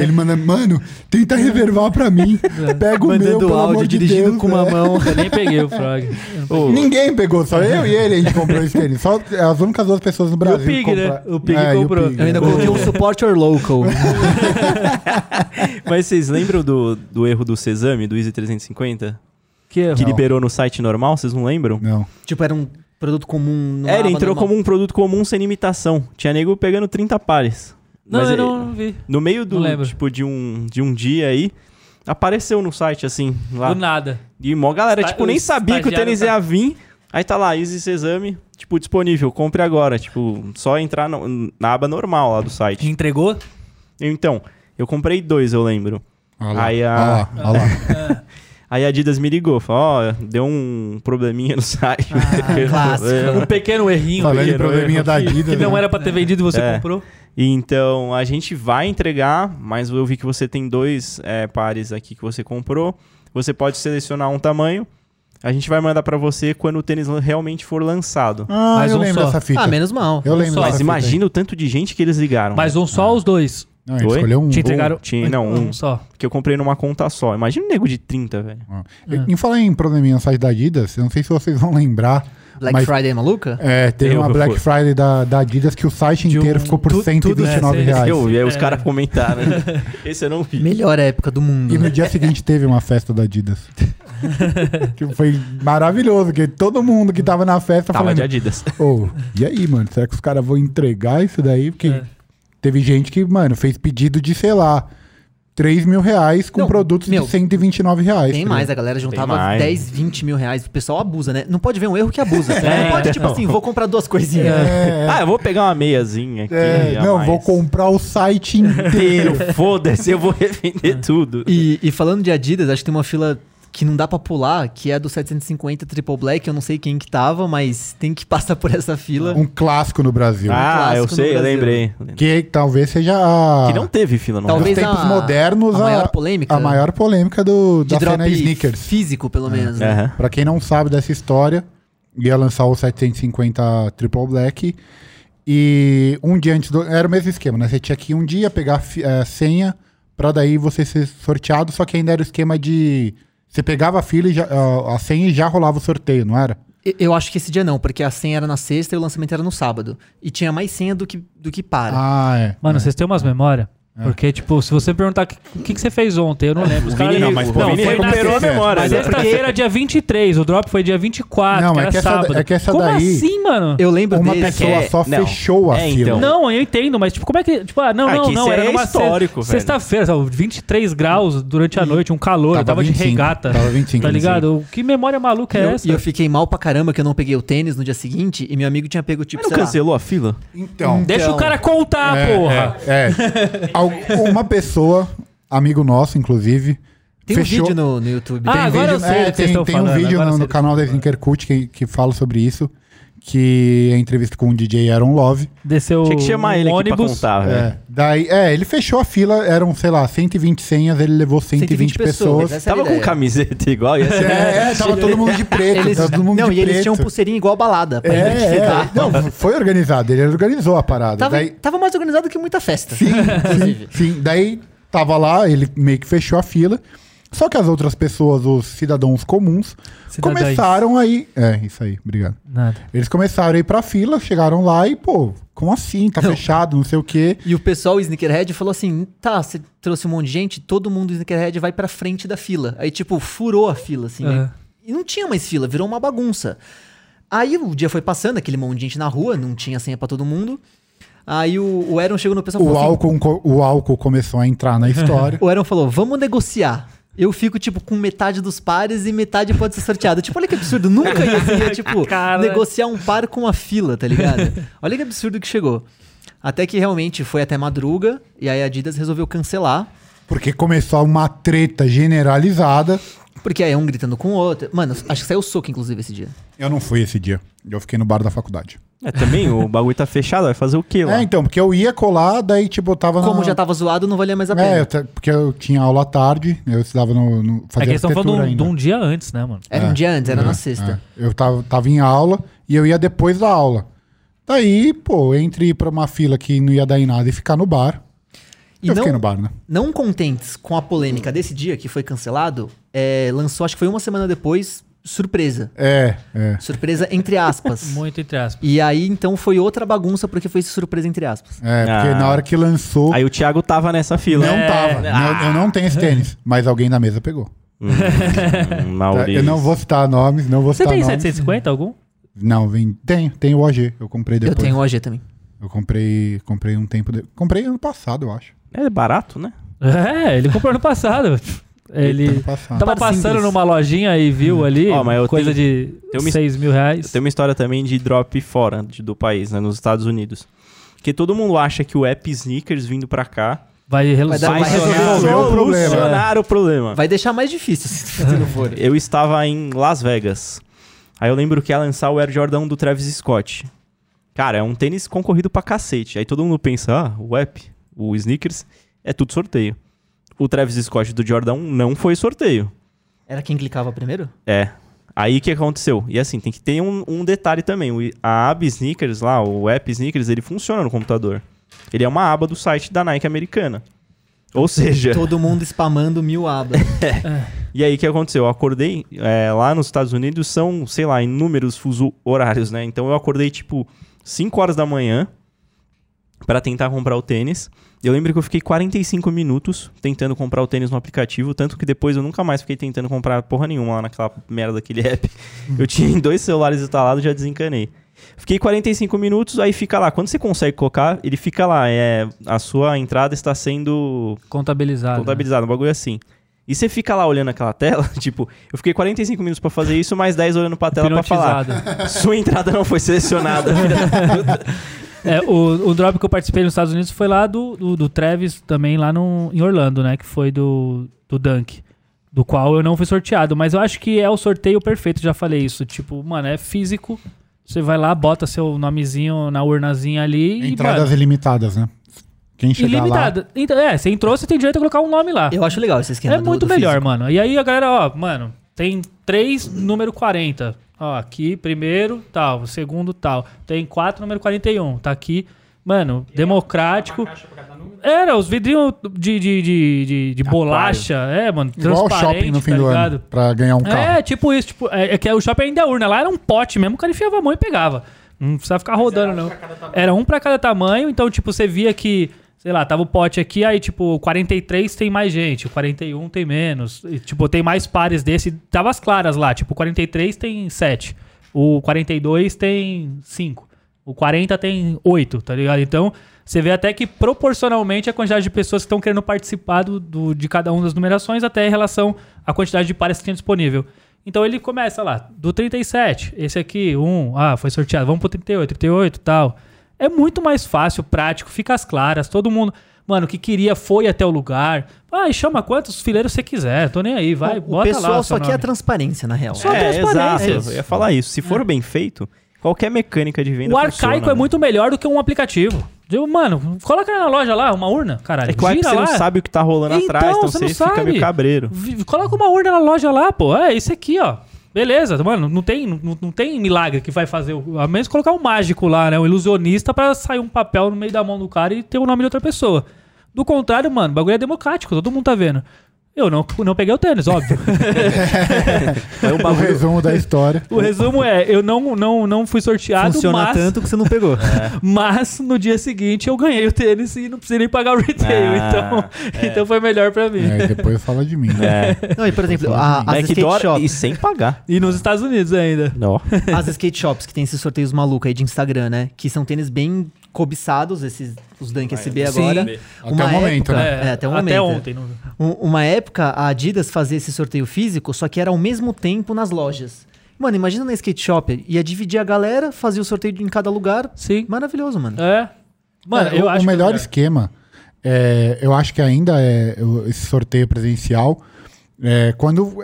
[SPEAKER 3] Ele manda, mano, tenta reservar pra mim. Pega o meu,
[SPEAKER 4] mandando
[SPEAKER 3] pelo amor
[SPEAKER 4] áudio,
[SPEAKER 3] de
[SPEAKER 4] dirigindo
[SPEAKER 3] Deus.
[SPEAKER 4] com uma
[SPEAKER 3] é.
[SPEAKER 4] mão.
[SPEAKER 1] Eu nem peguei o Frog.
[SPEAKER 2] Ô,
[SPEAKER 3] Ninguém pegou, só eu e ele a gente comprou esse tênis. Só as únicas duas pessoas no Brasil. que
[SPEAKER 1] Pig, né?
[SPEAKER 3] compraram. É,
[SPEAKER 1] O Pig
[SPEAKER 3] e o
[SPEAKER 1] comprou.
[SPEAKER 3] Pig.
[SPEAKER 4] Eu ainda coloquei um support or local.
[SPEAKER 2] Mas vocês lembram do, do erro do Cesame, do Easy 350?
[SPEAKER 1] Que erro.
[SPEAKER 2] Que liberou no site normal, vocês não lembram?
[SPEAKER 3] Não.
[SPEAKER 4] tipo, era um produto comum. numa
[SPEAKER 2] É, ele
[SPEAKER 4] aba
[SPEAKER 2] entrou
[SPEAKER 4] normal.
[SPEAKER 2] como um produto comum sem limitação. Tinha nego pegando 30 pares.
[SPEAKER 1] Não,
[SPEAKER 2] Mas
[SPEAKER 3] é-
[SPEAKER 1] eu
[SPEAKER 2] aí,
[SPEAKER 1] não vi.
[SPEAKER 2] No meio do,
[SPEAKER 1] não lembro.
[SPEAKER 2] tipo, de um, de um dia aí, apareceu no site, assim, lá.
[SPEAKER 1] Do nada.
[SPEAKER 2] E mó galera,
[SPEAKER 1] Esta-
[SPEAKER 2] tipo, nem
[SPEAKER 1] o
[SPEAKER 2] sabia que o
[SPEAKER 1] estagiário
[SPEAKER 2] tênis
[SPEAKER 1] tá-
[SPEAKER 2] ia vir. Aí tá lá, Easy Sesame, tipo, disponível, compre agora. Tipo, só entrar no- na aba normal lá do site.
[SPEAKER 1] Entregou?
[SPEAKER 2] Então, eu comprei dois, eu lembro.
[SPEAKER 3] Olha lá,
[SPEAKER 2] Aí
[SPEAKER 3] olha
[SPEAKER 2] a-
[SPEAKER 3] lá, olha lá.
[SPEAKER 2] Aí a Adidas me ligou, falou, ó, deu um probleminha no site.
[SPEAKER 4] clássico.
[SPEAKER 2] É.
[SPEAKER 1] Um pequeno errinho.
[SPEAKER 3] Falando de
[SPEAKER 1] pequeno
[SPEAKER 3] probleminha
[SPEAKER 1] erro
[SPEAKER 3] da
[SPEAKER 1] que-
[SPEAKER 3] Adidas,
[SPEAKER 1] Que não
[SPEAKER 3] né?
[SPEAKER 1] era pra ter vendido e você
[SPEAKER 2] É.
[SPEAKER 1] comprou.
[SPEAKER 2] E então, a gente vai entregar, mas eu vi que você tem dois é, pares aqui que você comprou. Você pode selecionar um tamanho. A gente vai mandar pra você quando o tênis lan- realmente for lançado.
[SPEAKER 3] Ah,
[SPEAKER 1] Mais
[SPEAKER 3] eu
[SPEAKER 1] um
[SPEAKER 3] lembro
[SPEAKER 1] só.
[SPEAKER 3] dessa fita.
[SPEAKER 4] Ah, menos mal.
[SPEAKER 3] Eu lembro
[SPEAKER 1] só.
[SPEAKER 3] dessa
[SPEAKER 2] Mas
[SPEAKER 3] fita
[SPEAKER 2] imagina o tanto de gente que eles ligaram.
[SPEAKER 1] Mas um só os dois.
[SPEAKER 3] aí. Não, ele
[SPEAKER 2] Oi?
[SPEAKER 3] escolheu um.
[SPEAKER 1] Te entregaram.
[SPEAKER 2] tinha- não, um.
[SPEAKER 1] um só.
[SPEAKER 2] Que eu comprei numa conta só. Imagina um nego de 30, velho.
[SPEAKER 3] Ah. Em falar em probleminha no site da Adidas, eu não sei se vocês vão lembrar.
[SPEAKER 4] Black
[SPEAKER 3] mas,
[SPEAKER 4] Friday maluca?
[SPEAKER 3] É, teve
[SPEAKER 2] Eu
[SPEAKER 3] uma
[SPEAKER 2] fui.
[SPEAKER 3] Black Friday da, da Adidas que o site
[SPEAKER 1] De
[SPEAKER 3] inteiro
[SPEAKER 1] um-
[SPEAKER 3] ficou por
[SPEAKER 1] tu- tudo,
[SPEAKER 3] 129
[SPEAKER 1] né?
[SPEAKER 3] reais.
[SPEAKER 2] Eu vi, aí os
[SPEAKER 1] É.
[SPEAKER 2] caras comentaram. né? Esse eu não vi.
[SPEAKER 4] Melhor época do mundo.
[SPEAKER 3] E
[SPEAKER 4] né?
[SPEAKER 3] no dia seguinte teve uma festa da Adidas. que foi maravilhoso, que todo mundo que tava na festa
[SPEAKER 2] Tava de
[SPEAKER 3] tá falando,
[SPEAKER 2] Adidas.
[SPEAKER 3] Ô, e aí, mano? Será que os caras vão entregar isso daí? Porque
[SPEAKER 1] É.
[SPEAKER 3] teve gente que, mano, fez pedido de, sei lá, 3 mil reais com
[SPEAKER 4] Não,
[SPEAKER 3] produtos
[SPEAKER 4] meu,
[SPEAKER 3] de 129 reais.
[SPEAKER 4] Tem
[SPEAKER 3] tá
[SPEAKER 4] mais,
[SPEAKER 3] ligado?
[SPEAKER 4] a galera juntava
[SPEAKER 2] mais.
[SPEAKER 4] 10, 20 mil reais. O pessoal abusa, né? Não pode ver um erro que abusa. né? Não pode, tipo assim, vou comprar duas coisinhas.
[SPEAKER 3] É,
[SPEAKER 2] Ah, eu vou pegar uma meiazinha aqui.
[SPEAKER 3] é,
[SPEAKER 2] a
[SPEAKER 3] não,
[SPEAKER 2] mais.
[SPEAKER 3] vou comprar o site inteiro.
[SPEAKER 2] inteiro. Foda-se, eu vou revender tudo.
[SPEAKER 4] Ah. E, e falando de Adidas, acho que tem uma fila que não dá pra pular, que é a do 750 Triple Black. Eu não sei quem que tava, mas tem que passar por essa fila.
[SPEAKER 3] um clássico no Brasil.
[SPEAKER 2] ah, eu
[SPEAKER 4] clássico no
[SPEAKER 2] sei, eu
[SPEAKER 4] Brasil.
[SPEAKER 2] lembrei.
[SPEAKER 3] Que talvez seja a...
[SPEAKER 2] Que não teve fila no
[SPEAKER 4] Talvez
[SPEAKER 3] dos
[SPEAKER 2] Brasil.
[SPEAKER 4] a-
[SPEAKER 3] tempos modernos,
[SPEAKER 4] a
[SPEAKER 3] a,
[SPEAKER 4] maior polêmica.
[SPEAKER 3] a maior polêmica do,
[SPEAKER 4] de
[SPEAKER 3] da
[SPEAKER 4] drop
[SPEAKER 3] cena sneakers. É.
[SPEAKER 4] físico, pelo menos. né?
[SPEAKER 2] Aham.
[SPEAKER 3] Pra quem não sabe dessa história, ia lançar o 750 Triple Black. E um dia antes do. Era o mesmo esquema, né? Você tinha que ir um dia pegar a fi- a senha pra daí você ser sorteado, só que ainda era o esquema de. Você pegava a fila e já- a- a senha e já rolava o sorteio, não era?
[SPEAKER 4] E- Eu acho que esse dia não, porque a senha era na sexta e o lançamento era no sábado. E tinha mais senha do que, do que para.
[SPEAKER 3] Ah, é.
[SPEAKER 1] Mano, vocês têm umas memórias? Porque, tipo, se você perguntar o que, que, que você fez ontem, eu não lembro. Os
[SPEAKER 2] O Vini
[SPEAKER 1] caras-
[SPEAKER 2] não, mas pô,
[SPEAKER 1] Não,
[SPEAKER 2] o Vini
[SPEAKER 1] foi na
[SPEAKER 2] recuperou a
[SPEAKER 1] sexta.
[SPEAKER 2] memória.
[SPEAKER 1] Mas tá
[SPEAKER 2] né?
[SPEAKER 1] sexta-feira, dia 23. O drop foi dia 24,
[SPEAKER 3] Não,
[SPEAKER 1] que
[SPEAKER 3] é
[SPEAKER 1] era
[SPEAKER 3] que essa-
[SPEAKER 1] sábado.
[SPEAKER 3] é que essa
[SPEAKER 1] como
[SPEAKER 3] daí-
[SPEAKER 1] assim, mano?
[SPEAKER 4] Eu lembro
[SPEAKER 3] Uma
[SPEAKER 4] desse.
[SPEAKER 3] pessoa
[SPEAKER 2] é-
[SPEAKER 3] só
[SPEAKER 2] não.
[SPEAKER 3] fechou a
[SPEAKER 2] É,
[SPEAKER 3] fila.
[SPEAKER 2] então.
[SPEAKER 1] Não, eu entendo, mas tipo, como é que... Tipo, ah, não,
[SPEAKER 2] Ah,
[SPEAKER 1] não,
[SPEAKER 2] que
[SPEAKER 1] não.
[SPEAKER 2] isso
[SPEAKER 1] Era
[SPEAKER 2] é
[SPEAKER 1] uma
[SPEAKER 2] histórico, velho.
[SPEAKER 1] sexta, feira sabe, 23 graus durante a noite, um calor. eu tava de
[SPEAKER 3] 25,
[SPEAKER 1] regata,
[SPEAKER 3] Tava 25.
[SPEAKER 1] tá ligado? Que memória maluca é
[SPEAKER 4] Eu-
[SPEAKER 1] essa?
[SPEAKER 4] E eu fiquei mal pra caramba que eu não peguei o tênis no dia seguinte e meu amigo tinha pego tipo.
[SPEAKER 2] Mas não
[SPEAKER 4] sei lá,
[SPEAKER 2] cancelou a fila?
[SPEAKER 3] Então.
[SPEAKER 1] Deixa
[SPEAKER 4] Então.
[SPEAKER 1] o cara contar, Ah, porra.
[SPEAKER 3] É. Al- Uma pessoa, amigo nosso, inclusive.
[SPEAKER 4] Tem um
[SPEAKER 3] fechou,
[SPEAKER 4] vídeo no, no YouTube.
[SPEAKER 1] Ah,
[SPEAKER 3] Tem
[SPEAKER 1] agora
[SPEAKER 3] vídeo,
[SPEAKER 1] eu sei
[SPEAKER 3] é,
[SPEAKER 1] do que
[SPEAKER 3] tem,
[SPEAKER 1] vocês estão
[SPEAKER 3] tem
[SPEAKER 1] falando,
[SPEAKER 3] um vídeo
[SPEAKER 1] agora eu
[SPEAKER 3] no,
[SPEAKER 1] sei
[SPEAKER 3] no
[SPEAKER 1] do que
[SPEAKER 3] canal da Sneaker Cult que, que fala sobre isso, que é entrevista com o DJ Aaron Love.
[SPEAKER 1] Desceu
[SPEAKER 2] Tinha que chamar ele
[SPEAKER 1] um
[SPEAKER 2] aqui pra
[SPEAKER 1] ônibus.
[SPEAKER 2] contar, velho.
[SPEAKER 3] É, daí, é, ele fechou a fila, eram, sei lá, 120 senhas, ele levou 120,
[SPEAKER 4] 120
[SPEAKER 3] pessoas.
[SPEAKER 4] pessoas, essa é a
[SPEAKER 2] Tava com
[SPEAKER 4] ideia.
[SPEAKER 2] camiseta igual assim, ia ser.
[SPEAKER 3] É, é, tava todo mundo de preto,
[SPEAKER 4] Eles-
[SPEAKER 3] tava todo mundo
[SPEAKER 4] não,
[SPEAKER 3] de
[SPEAKER 4] e eles
[SPEAKER 3] preto.
[SPEAKER 4] tinham pulseirinha igual balada pra
[SPEAKER 3] É, é,
[SPEAKER 4] identificar.
[SPEAKER 3] não, foi organizado, ele organizou a parada.
[SPEAKER 4] Tava,
[SPEAKER 3] daí,
[SPEAKER 4] tava mais organizado que muita festa.
[SPEAKER 3] Sim, sim, sim. Daí tava lá, ele meio que fechou a fila. Só que as outras pessoas, os cidadãos comuns,
[SPEAKER 1] Cidadães.
[SPEAKER 3] começaram aí. É, isso aí, obrigado.
[SPEAKER 1] Nada.
[SPEAKER 3] Eles começaram a ir pra fila, chegaram lá e, pô, como assim? Tá fechado, não sei o quê.
[SPEAKER 4] E o pessoal o sneakerhead falou assim: tá, você trouxe um monte de gente, todo mundo sneakerhead vai pra frente da fila. Aí, tipo, furou a fila, assim.
[SPEAKER 1] Uhum.
[SPEAKER 4] né? E não tinha mais fila, virou uma bagunça. Aí o dia foi passando, aquele monte de gente na rua, não tinha senha pra todo mundo. Aí o, o Aaron chegou no pessoal e
[SPEAKER 3] O
[SPEAKER 4] falou assim,
[SPEAKER 3] álcool, co- o álcool começou a entrar na história.
[SPEAKER 4] O Aaron falou: vamos negociar. Eu fico, tipo, com metade dos pares e metade pode ser sorteada. Tipo, olha que absurdo. Nunca ia, assim, ia, tipo,
[SPEAKER 1] Cara.
[SPEAKER 4] negociar um par com a fila, tá ligado? Olha que absurdo que chegou. Até que realmente foi até madruga e aí a Adidas resolveu cancelar.
[SPEAKER 3] porque começou uma treta generalizada.
[SPEAKER 4] Porque aí um gritando com o outro. Mano, acho que saiu soco, inclusive, esse dia.
[SPEAKER 3] Eu não fui esse dia. Eu fiquei no bar da faculdade.
[SPEAKER 2] É, também o bagulho tá fechado, vai fazer o quê lá?
[SPEAKER 3] É, então, porque eu ia colar, daí, tipo, eu tava
[SPEAKER 4] Como
[SPEAKER 3] na...
[SPEAKER 4] já tava zoado, não valia mais a
[SPEAKER 3] É, eu
[SPEAKER 4] pena.
[SPEAKER 3] ta- porque eu tinha aula à tarde, eu estudava no... no
[SPEAKER 1] É que
[SPEAKER 3] fazia
[SPEAKER 1] eles estão falando de
[SPEAKER 3] arquitetura
[SPEAKER 1] um-
[SPEAKER 3] ainda.
[SPEAKER 1] de um dia antes, né, mano?
[SPEAKER 4] Era um dia antes, era na sexta.
[SPEAKER 3] É. Eu tava, tava em aula e eu ia depois da aula. Daí, pô, entre ir pra uma fila que não ia dar em nada e ficar no bar.
[SPEAKER 4] E
[SPEAKER 3] eu
[SPEAKER 4] não,
[SPEAKER 3] fiquei no bar, né?
[SPEAKER 4] não contentes com a polêmica desse dia, que foi cancelado, é, lançou, acho que foi uma semana depois, surpresa.
[SPEAKER 3] É, é.
[SPEAKER 4] Surpresa entre aspas.
[SPEAKER 1] Muito entre aspas.
[SPEAKER 4] E aí, então, foi outra bagunça, porque foi surpresa entre aspas.
[SPEAKER 3] É,
[SPEAKER 2] Ah.
[SPEAKER 3] porque na hora que lançou,
[SPEAKER 2] Aí é, né? Ah. o Thiago tava nessa fila.
[SPEAKER 3] não tá. tava. Não- eu não tenho esse tênis, mas alguém da mesa pegou.
[SPEAKER 2] Hum, Maurício.
[SPEAKER 3] Eu não vou citar nomes, não vou
[SPEAKER 1] Você
[SPEAKER 3] citar
[SPEAKER 1] tem
[SPEAKER 3] nomes.
[SPEAKER 1] 750 algum?
[SPEAKER 3] Não, vem. Tenho, tenho o OG. Eu comprei depois.
[SPEAKER 4] Eu tenho o OG também.
[SPEAKER 3] Eu comprei, comprei um tempo. de- Comprei ano passado, eu acho.
[SPEAKER 2] É barato, né?
[SPEAKER 1] É, ele comprou ano passado. Ele
[SPEAKER 3] Ano passado.
[SPEAKER 1] tava
[SPEAKER 4] Par
[SPEAKER 1] passando
[SPEAKER 4] simples.
[SPEAKER 1] numa lojinha e viu ali
[SPEAKER 2] Ó, mas eu
[SPEAKER 1] coisa de
[SPEAKER 2] tenho uma his-
[SPEAKER 1] 6 mil reais.
[SPEAKER 2] Tem uma história também de drop fora de- do país, né? Nos Estados Unidos. Porque todo mundo acha que o app Sneakers vindo pra cá
[SPEAKER 1] Vai
[SPEAKER 4] dar-
[SPEAKER 1] relacionar.
[SPEAKER 2] vai
[SPEAKER 4] vai resolver
[SPEAKER 2] solucionar
[SPEAKER 3] o problema.
[SPEAKER 2] o problema.
[SPEAKER 4] Vai deixar mais difícil se tá se não for.
[SPEAKER 2] Eu estava em Las Vegas. Aí eu lembro que ia lançar o Air Jordan do Travis Scott. Cara, é um tênis concorrido pra cacete. Aí todo mundo pensa, ah, o app, o sneakers, é tudo sorteio. O Travis Scott do Jordan 1 não foi sorteio.
[SPEAKER 4] Era quem clicava primeiro?
[SPEAKER 2] É. Aí o que aconteceu? E assim, tem que ter um, um detalhe também. O- A aba Sneakers lá, o app Sneakers, ele funciona no computador. Ele é uma aba do site da Nike americana. Ou seja,
[SPEAKER 4] Todo mundo spamando mil abas.
[SPEAKER 2] e aí o que aconteceu? Eu acordei é, lá nos Estados Unidos, são, sei lá, inúmeros fuso horários, né? Então eu acordei tipo 5 horas da manhã, para tentar comprar o tênis. Eu lembro que eu fiquei 45 minutos tentando comprar o tênis no aplicativo, tanto que depois eu nunca mais fiquei tentando comprar porra nenhuma lá naquela merda daquele app. Eu tinha dois celulares instalados e já desencanei. Fiquei 45 minutos, aí fica lá. Quando você consegue colocar, ele fica lá. É, a sua entrada está sendo
[SPEAKER 1] Contabilizado. né?
[SPEAKER 2] contabilizado, um bagulho assim. E você fica lá olhando aquela tela, tipo, eu fiquei 45 minutos pra fazer isso, mais 10 olhando pra tela pra falar.
[SPEAKER 1] Hipnotizado.
[SPEAKER 2] Sua entrada não foi selecionada. filha da puta.
[SPEAKER 1] É, o, o drop que eu participei nos Estados Unidos foi lá do, do, do Travis, também lá no, em Orlando, né? Que foi do, do Dunk. Do qual eu não fui sorteado. Mas eu acho que é o sorteio perfeito, já falei isso. Tipo, mano, é físico. Você vai lá, bota seu nomezinho na urnazinha ali
[SPEAKER 3] Entradas
[SPEAKER 1] e. mano,
[SPEAKER 3] ilimitadas, né? Quem chegar
[SPEAKER 1] ilimitada. Então, é, você entrou, você tem direito a colocar um nome lá.
[SPEAKER 4] Eu acho legal esse esquema.
[SPEAKER 1] É
[SPEAKER 4] do-
[SPEAKER 1] muito
[SPEAKER 4] do
[SPEAKER 1] melhor,
[SPEAKER 4] físico.
[SPEAKER 1] mano. E aí a galera, ó, mano, tem três, número 40. Ó, aqui, primeiro, tal. Segundo, tal. Tem quatro, número 41. Tá aqui. Mano, democrático. Era, os vidrinhos de, de, de, de, de bolacha. É, mano,
[SPEAKER 3] lá, igual ao
[SPEAKER 1] transparente,
[SPEAKER 3] shopping no fim
[SPEAKER 1] tá
[SPEAKER 3] do
[SPEAKER 1] ligado?
[SPEAKER 3] ano, pra ganhar um carro.
[SPEAKER 1] É, tipo isso. Tipo, é, é que o shopping ainda é urna. Lá era um pote mesmo, o cara enfiava a mão e pegava. Não precisava ficar rodando, não. Era um pra cada tamanho, então, tipo, você via que, sei lá, tava o pote aqui, aí, tipo, 43 tem mais gente, 41 tem menos. E, tipo, tem mais pares desse. Tava as claras lá, tipo, 43 tem 7, o 42 tem 5, o 40 tem 8, tá ligado? Então, você vê até que proporcionalmente a quantidade de pessoas que estão querendo participar do, do- de cada uma das numerações, até em relação à quantidade de pares que tem disponível. Então ele começa lá, do 37, esse aqui, um, ah, foi sorteado, vamos pro 38, 38 e tal. É muito mais fácil, prático, fica às claras, todo mundo, mano, que queria foi até o lugar. Ah, e chama quantos fileiros você quiser, tô nem aí, vai,
[SPEAKER 4] O- O
[SPEAKER 1] bota lá.
[SPEAKER 4] pessoal
[SPEAKER 1] o seu
[SPEAKER 4] só quer a
[SPEAKER 1] nome.
[SPEAKER 4] transparência, na real.
[SPEAKER 1] Só-
[SPEAKER 2] é, exato.
[SPEAKER 1] transparência. É.
[SPEAKER 2] Eu ia falar isso. Se for bem feito, qualquer mecânica de venda
[SPEAKER 1] O arcaico
[SPEAKER 2] funciona, né?
[SPEAKER 1] é muito melhor do que um aplicativo. Digo, mano, coloca na loja lá uma urna, caralho.
[SPEAKER 2] É claro que
[SPEAKER 1] gira
[SPEAKER 2] você
[SPEAKER 1] lá.
[SPEAKER 2] não sabe o que tá rolando
[SPEAKER 1] Então,
[SPEAKER 2] atrás, então
[SPEAKER 1] você
[SPEAKER 2] você,
[SPEAKER 1] não
[SPEAKER 2] fica
[SPEAKER 1] sabe.
[SPEAKER 2] meio cabreiro.
[SPEAKER 1] Vi- Coloca uma urna na loja lá, pô. É isso aqui, ó. Beleza, mano, não tem, não, não tem milagre que vai fazer. o- A menos colocar um mágico lá, né? Um ilusionista pra sair um papel no meio da mão do cara e ter o nome de outra pessoa. Do contrário, mano, o bagulho é democrático, todo mundo tá vendo. Eu não, não peguei o tênis, óbvio.
[SPEAKER 2] Aí É o
[SPEAKER 3] O
[SPEAKER 2] bagulho
[SPEAKER 3] resumo da história.
[SPEAKER 1] o resumo é, eu não, não, não fui sorteado,
[SPEAKER 4] Funciona
[SPEAKER 1] mas,
[SPEAKER 4] tanto que você não pegou.
[SPEAKER 1] É. mas no dia seguinte eu ganhei o tênis e não precisei nem pagar o retail.
[SPEAKER 2] Ah,
[SPEAKER 1] então, então foi melhor pra mim.
[SPEAKER 3] É, depois fala de mim, né?
[SPEAKER 2] é,
[SPEAKER 4] Não, e por exemplo, a- as, skate
[SPEAKER 2] backdoor
[SPEAKER 4] shop,
[SPEAKER 2] é e sem pagar.
[SPEAKER 1] E nos Estados Unidos ainda.
[SPEAKER 2] Não.
[SPEAKER 4] as skate shops que tem esses sorteios malucos aí de Instagram, né? Que são tênis bem cobiçados, esses os Dunk SB
[SPEAKER 1] Sim.
[SPEAKER 4] agora.
[SPEAKER 3] Até o momento,
[SPEAKER 4] época-
[SPEAKER 3] né?
[SPEAKER 4] É, até o momento.
[SPEAKER 1] ontem. Não...
[SPEAKER 4] Um- Uma época, a Adidas fazia esse sorteio físico, só que era ao mesmo tempo nas lojas. Mano, imagina na skate shop, ia dividir a galera, fazia o sorteio em cada lugar.
[SPEAKER 1] Sim.
[SPEAKER 4] Maravilhoso, mano.
[SPEAKER 1] É. Mano,
[SPEAKER 3] É,
[SPEAKER 1] eu
[SPEAKER 3] o,
[SPEAKER 1] acho
[SPEAKER 3] o melhor
[SPEAKER 1] que
[SPEAKER 3] esquema, é, eu acho que ainda é o- esse sorteio presencial, é, quando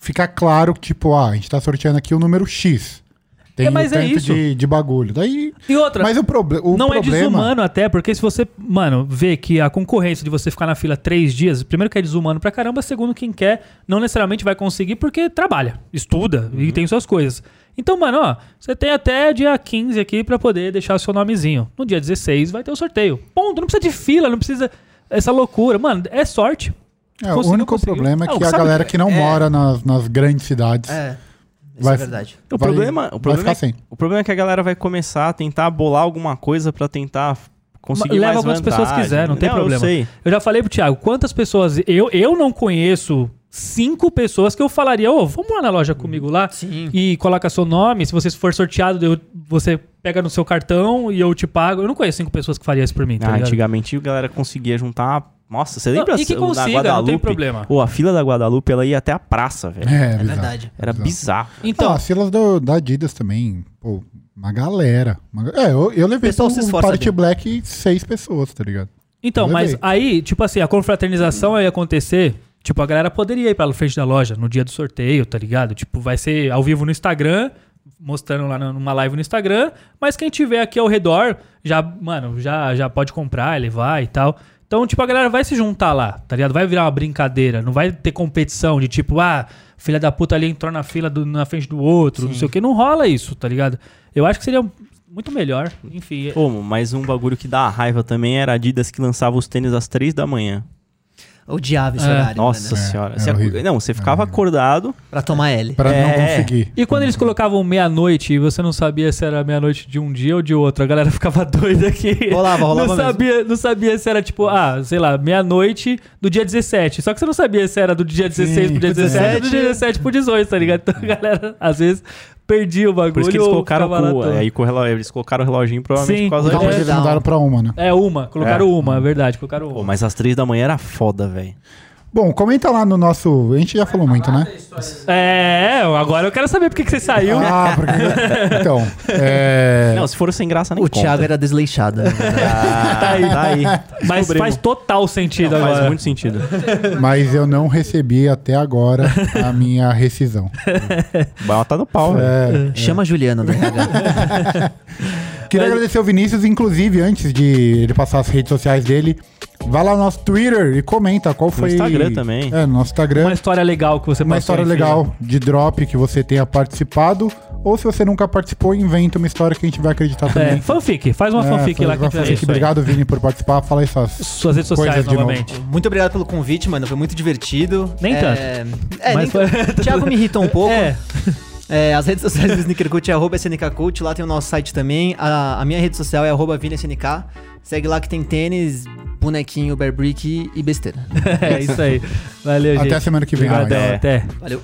[SPEAKER 3] ficar claro que, tipo, ah, a gente tá sorteando aqui o número X. Tem
[SPEAKER 1] É,
[SPEAKER 3] um
[SPEAKER 1] mas é
[SPEAKER 3] tanto
[SPEAKER 1] isso.
[SPEAKER 3] de, de bagulho. Daí.
[SPEAKER 1] E outra,
[SPEAKER 3] Mas o, proble o
[SPEAKER 1] não é
[SPEAKER 3] problema.
[SPEAKER 1] desumano até, porque se você, mano, vê que a concorrência de você ficar na fila três dias, primeiro que é desumano pra caramba, segundo quem quer não necessariamente vai conseguir porque trabalha, estuda
[SPEAKER 3] Uhum.
[SPEAKER 1] e tem suas coisas. Então, mano, ó, você tem até dia 15 aqui pra poder deixar o seu nomezinho. No dia 16 vai ter o sorteio. Ponto, não precisa de fila, não precisa essa loucura. Mano, é sorte.
[SPEAKER 3] É, o
[SPEAKER 1] Conseguiu,
[SPEAKER 3] único
[SPEAKER 1] conseguiu.
[SPEAKER 3] problema é
[SPEAKER 2] Ah,
[SPEAKER 3] que a
[SPEAKER 2] sabe
[SPEAKER 3] galera
[SPEAKER 2] que-
[SPEAKER 3] que não
[SPEAKER 2] é.
[SPEAKER 3] mora nas, nas grandes cidades
[SPEAKER 4] É, isso
[SPEAKER 3] Vai-
[SPEAKER 4] é verdade.
[SPEAKER 2] O
[SPEAKER 3] Vai-
[SPEAKER 2] problema,
[SPEAKER 3] vai
[SPEAKER 2] o, problema
[SPEAKER 3] ficar
[SPEAKER 2] é,
[SPEAKER 3] sem.
[SPEAKER 2] o problema é que a galera vai começar a tentar bolar alguma coisa pra tentar f- conseguir
[SPEAKER 1] Leva
[SPEAKER 2] mais
[SPEAKER 1] quantas pessoas
[SPEAKER 2] vantagem.
[SPEAKER 1] quiser, não tem
[SPEAKER 2] Eu
[SPEAKER 1] problema.
[SPEAKER 2] sei.
[SPEAKER 1] Eu já falei pro Thiago, quantas pessoas. Eu, eu não conheço cinco pessoas que eu falaria, ô, vamos lá na loja comigo lá
[SPEAKER 4] Sim.
[SPEAKER 1] e coloca seu nome. Se você for sorteado, eu- você pega no seu cartão e eu te pago. Eu não conheço cinco pessoas que faria isso por mim, tá
[SPEAKER 2] Ah,
[SPEAKER 1] ligado?
[SPEAKER 2] antigamente a galera conseguia juntar. Nossa, você
[SPEAKER 1] Não,
[SPEAKER 2] lembra
[SPEAKER 1] e que
[SPEAKER 2] a-
[SPEAKER 1] consiga, não tem problema.
[SPEAKER 2] Pô, a fila da Guadalupe ela ia até a praça, velho.
[SPEAKER 3] É,
[SPEAKER 4] É
[SPEAKER 3] bizarro.
[SPEAKER 4] verdade.
[SPEAKER 2] Era
[SPEAKER 3] Exato.
[SPEAKER 2] bizarro.
[SPEAKER 1] Então,
[SPEAKER 3] Ah, as filas do- da Adidas também. Pô, uma galera. Uma ga- é, eu, eu levei
[SPEAKER 4] Pessoal se
[SPEAKER 3] pro
[SPEAKER 4] esforça
[SPEAKER 3] Party
[SPEAKER 4] bem.
[SPEAKER 3] Black seis pessoas, tá ligado?
[SPEAKER 1] Então,
[SPEAKER 3] Tudo
[SPEAKER 1] mas
[SPEAKER 3] bem.
[SPEAKER 1] aí, tipo assim, a confraternização ia acontecer. Tipo, a galera poderia ir pra frente da loja no dia do sorteio, tá ligado? Tipo, vai ser ao vivo no Instagram, mostrando lá na- numa live no Instagram. Mas quem tiver aqui ao redor, já, mano, já, já pode comprar, levar e tal. Então, tipo, a galera vai se juntar lá, tá ligado? Vai virar uma brincadeira. Não vai ter competição de tipo, ah, filha da puta ali entrou na fila do- na frente do outro, não sei o que. Não rola isso, tá ligado? Eu acho que seria muito melhor. Enfim,
[SPEAKER 2] Pô, mas um bagulho que dá raiva também era né? a Adidas que lançava os tênis às três da manhã.
[SPEAKER 4] Odiava esse
[SPEAKER 1] É.
[SPEAKER 4] horário.
[SPEAKER 2] Nossa
[SPEAKER 4] mano.
[SPEAKER 2] senhora.
[SPEAKER 3] é
[SPEAKER 2] Você ac-
[SPEAKER 3] horrível. É.
[SPEAKER 2] Não, você ficava acordado.
[SPEAKER 4] Pra tomar L.
[SPEAKER 3] Pra não
[SPEAKER 2] É.
[SPEAKER 3] conseguir.
[SPEAKER 1] E quando eles colocavam meia-noite e você não sabia se era meia-noite de um dia ou de outro, a galera ficava doida aqui.
[SPEAKER 4] Rolava, rolava
[SPEAKER 1] não
[SPEAKER 4] mesmo.
[SPEAKER 1] sabia, não sabia se era tipo, ah, sei lá, meia-noite do dia 17. Só que você não sabia se era do dia 16 pro dia
[SPEAKER 3] pro
[SPEAKER 1] 17 ou do
[SPEAKER 4] 17.
[SPEAKER 1] dia 17 pro 18, tá ligado? Então a galera, às vezes, perdia o bagulho.
[SPEAKER 2] Por isso que eles
[SPEAKER 1] ou
[SPEAKER 2] colocaram
[SPEAKER 1] ficava lá
[SPEAKER 2] o,
[SPEAKER 1] todo.
[SPEAKER 2] aí, com o relógio, eles colocaram o reloginho
[SPEAKER 1] Sim,
[SPEAKER 2] provavelmente por causa
[SPEAKER 1] por
[SPEAKER 3] Não,
[SPEAKER 1] causa
[SPEAKER 2] disso.
[SPEAKER 3] mas
[SPEAKER 1] É,
[SPEAKER 3] Então, eles
[SPEAKER 4] não.
[SPEAKER 3] mudaram pra uma, né?
[SPEAKER 1] É uma, colocaram
[SPEAKER 2] É.
[SPEAKER 1] uma, é verdade, colocaram
[SPEAKER 2] Pô,
[SPEAKER 1] uma.
[SPEAKER 2] mas às três da manhã era foda, velho.
[SPEAKER 3] Bom, comenta lá no nosso. A gente já falou muito, né?
[SPEAKER 1] É, agora eu quero saber por que que você saiu.
[SPEAKER 3] Ah, porque. Então. É...
[SPEAKER 2] Não, se for sem graça, nem
[SPEAKER 4] O
[SPEAKER 2] conta.
[SPEAKER 4] Thiago era desleixado. né?
[SPEAKER 2] Ah, tá aí. Tá aí.
[SPEAKER 1] mas
[SPEAKER 2] Descobrimos.
[SPEAKER 1] faz total sentido agora.
[SPEAKER 2] Faz muito sentido.
[SPEAKER 3] Mas eu não recebi até agora a minha rescisão.
[SPEAKER 2] O Bala tá no pau, velho.
[SPEAKER 3] É,
[SPEAKER 4] Chama a Juliana do RH.
[SPEAKER 3] Queria agradecer o Vinícius, inclusive, antes de ele passar as redes sociais dele, vai lá no nosso Twitter e comenta qual foi.
[SPEAKER 2] Instagram também.
[SPEAKER 3] É, no nosso Instagram.
[SPEAKER 1] Uma história legal que você
[SPEAKER 3] uma
[SPEAKER 1] passou,
[SPEAKER 3] história
[SPEAKER 1] enfim.
[SPEAKER 3] legal de drop que você tenha participado. Ou se você nunca participou, inventa uma história que a gente vai acreditar
[SPEAKER 1] É,
[SPEAKER 3] também.
[SPEAKER 1] fanfic, faz uma fanfic lá que a gente vai ver.
[SPEAKER 3] que Obrigado, Vini, por participar. Fala essas.
[SPEAKER 1] Suas redes
[SPEAKER 3] Coisas
[SPEAKER 1] sociais
[SPEAKER 3] de novo.
[SPEAKER 1] novamente.
[SPEAKER 4] Muito obrigado pelo convite, mano. Foi muito divertido.
[SPEAKER 1] Nem
[SPEAKER 4] É,
[SPEAKER 1] tanto.
[SPEAKER 4] É,
[SPEAKER 1] Mas
[SPEAKER 4] nem
[SPEAKER 1] foi-
[SPEAKER 4] tanto. Thiago me irritou um pouco.
[SPEAKER 1] É,
[SPEAKER 4] É, as redes sociais do Sneaker Cult é arroba SNKCult, lá tem o nosso site também. A, a minha rede social é arroba ViniSNK. Segue lá que tem tênis, bonequinho, bear brick e besteira.
[SPEAKER 1] é isso aí. Valeu, gente. é.
[SPEAKER 3] Até a semana que vem.
[SPEAKER 1] Obrigadão,
[SPEAKER 2] galera.
[SPEAKER 1] até.
[SPEAKER 4] Valeu.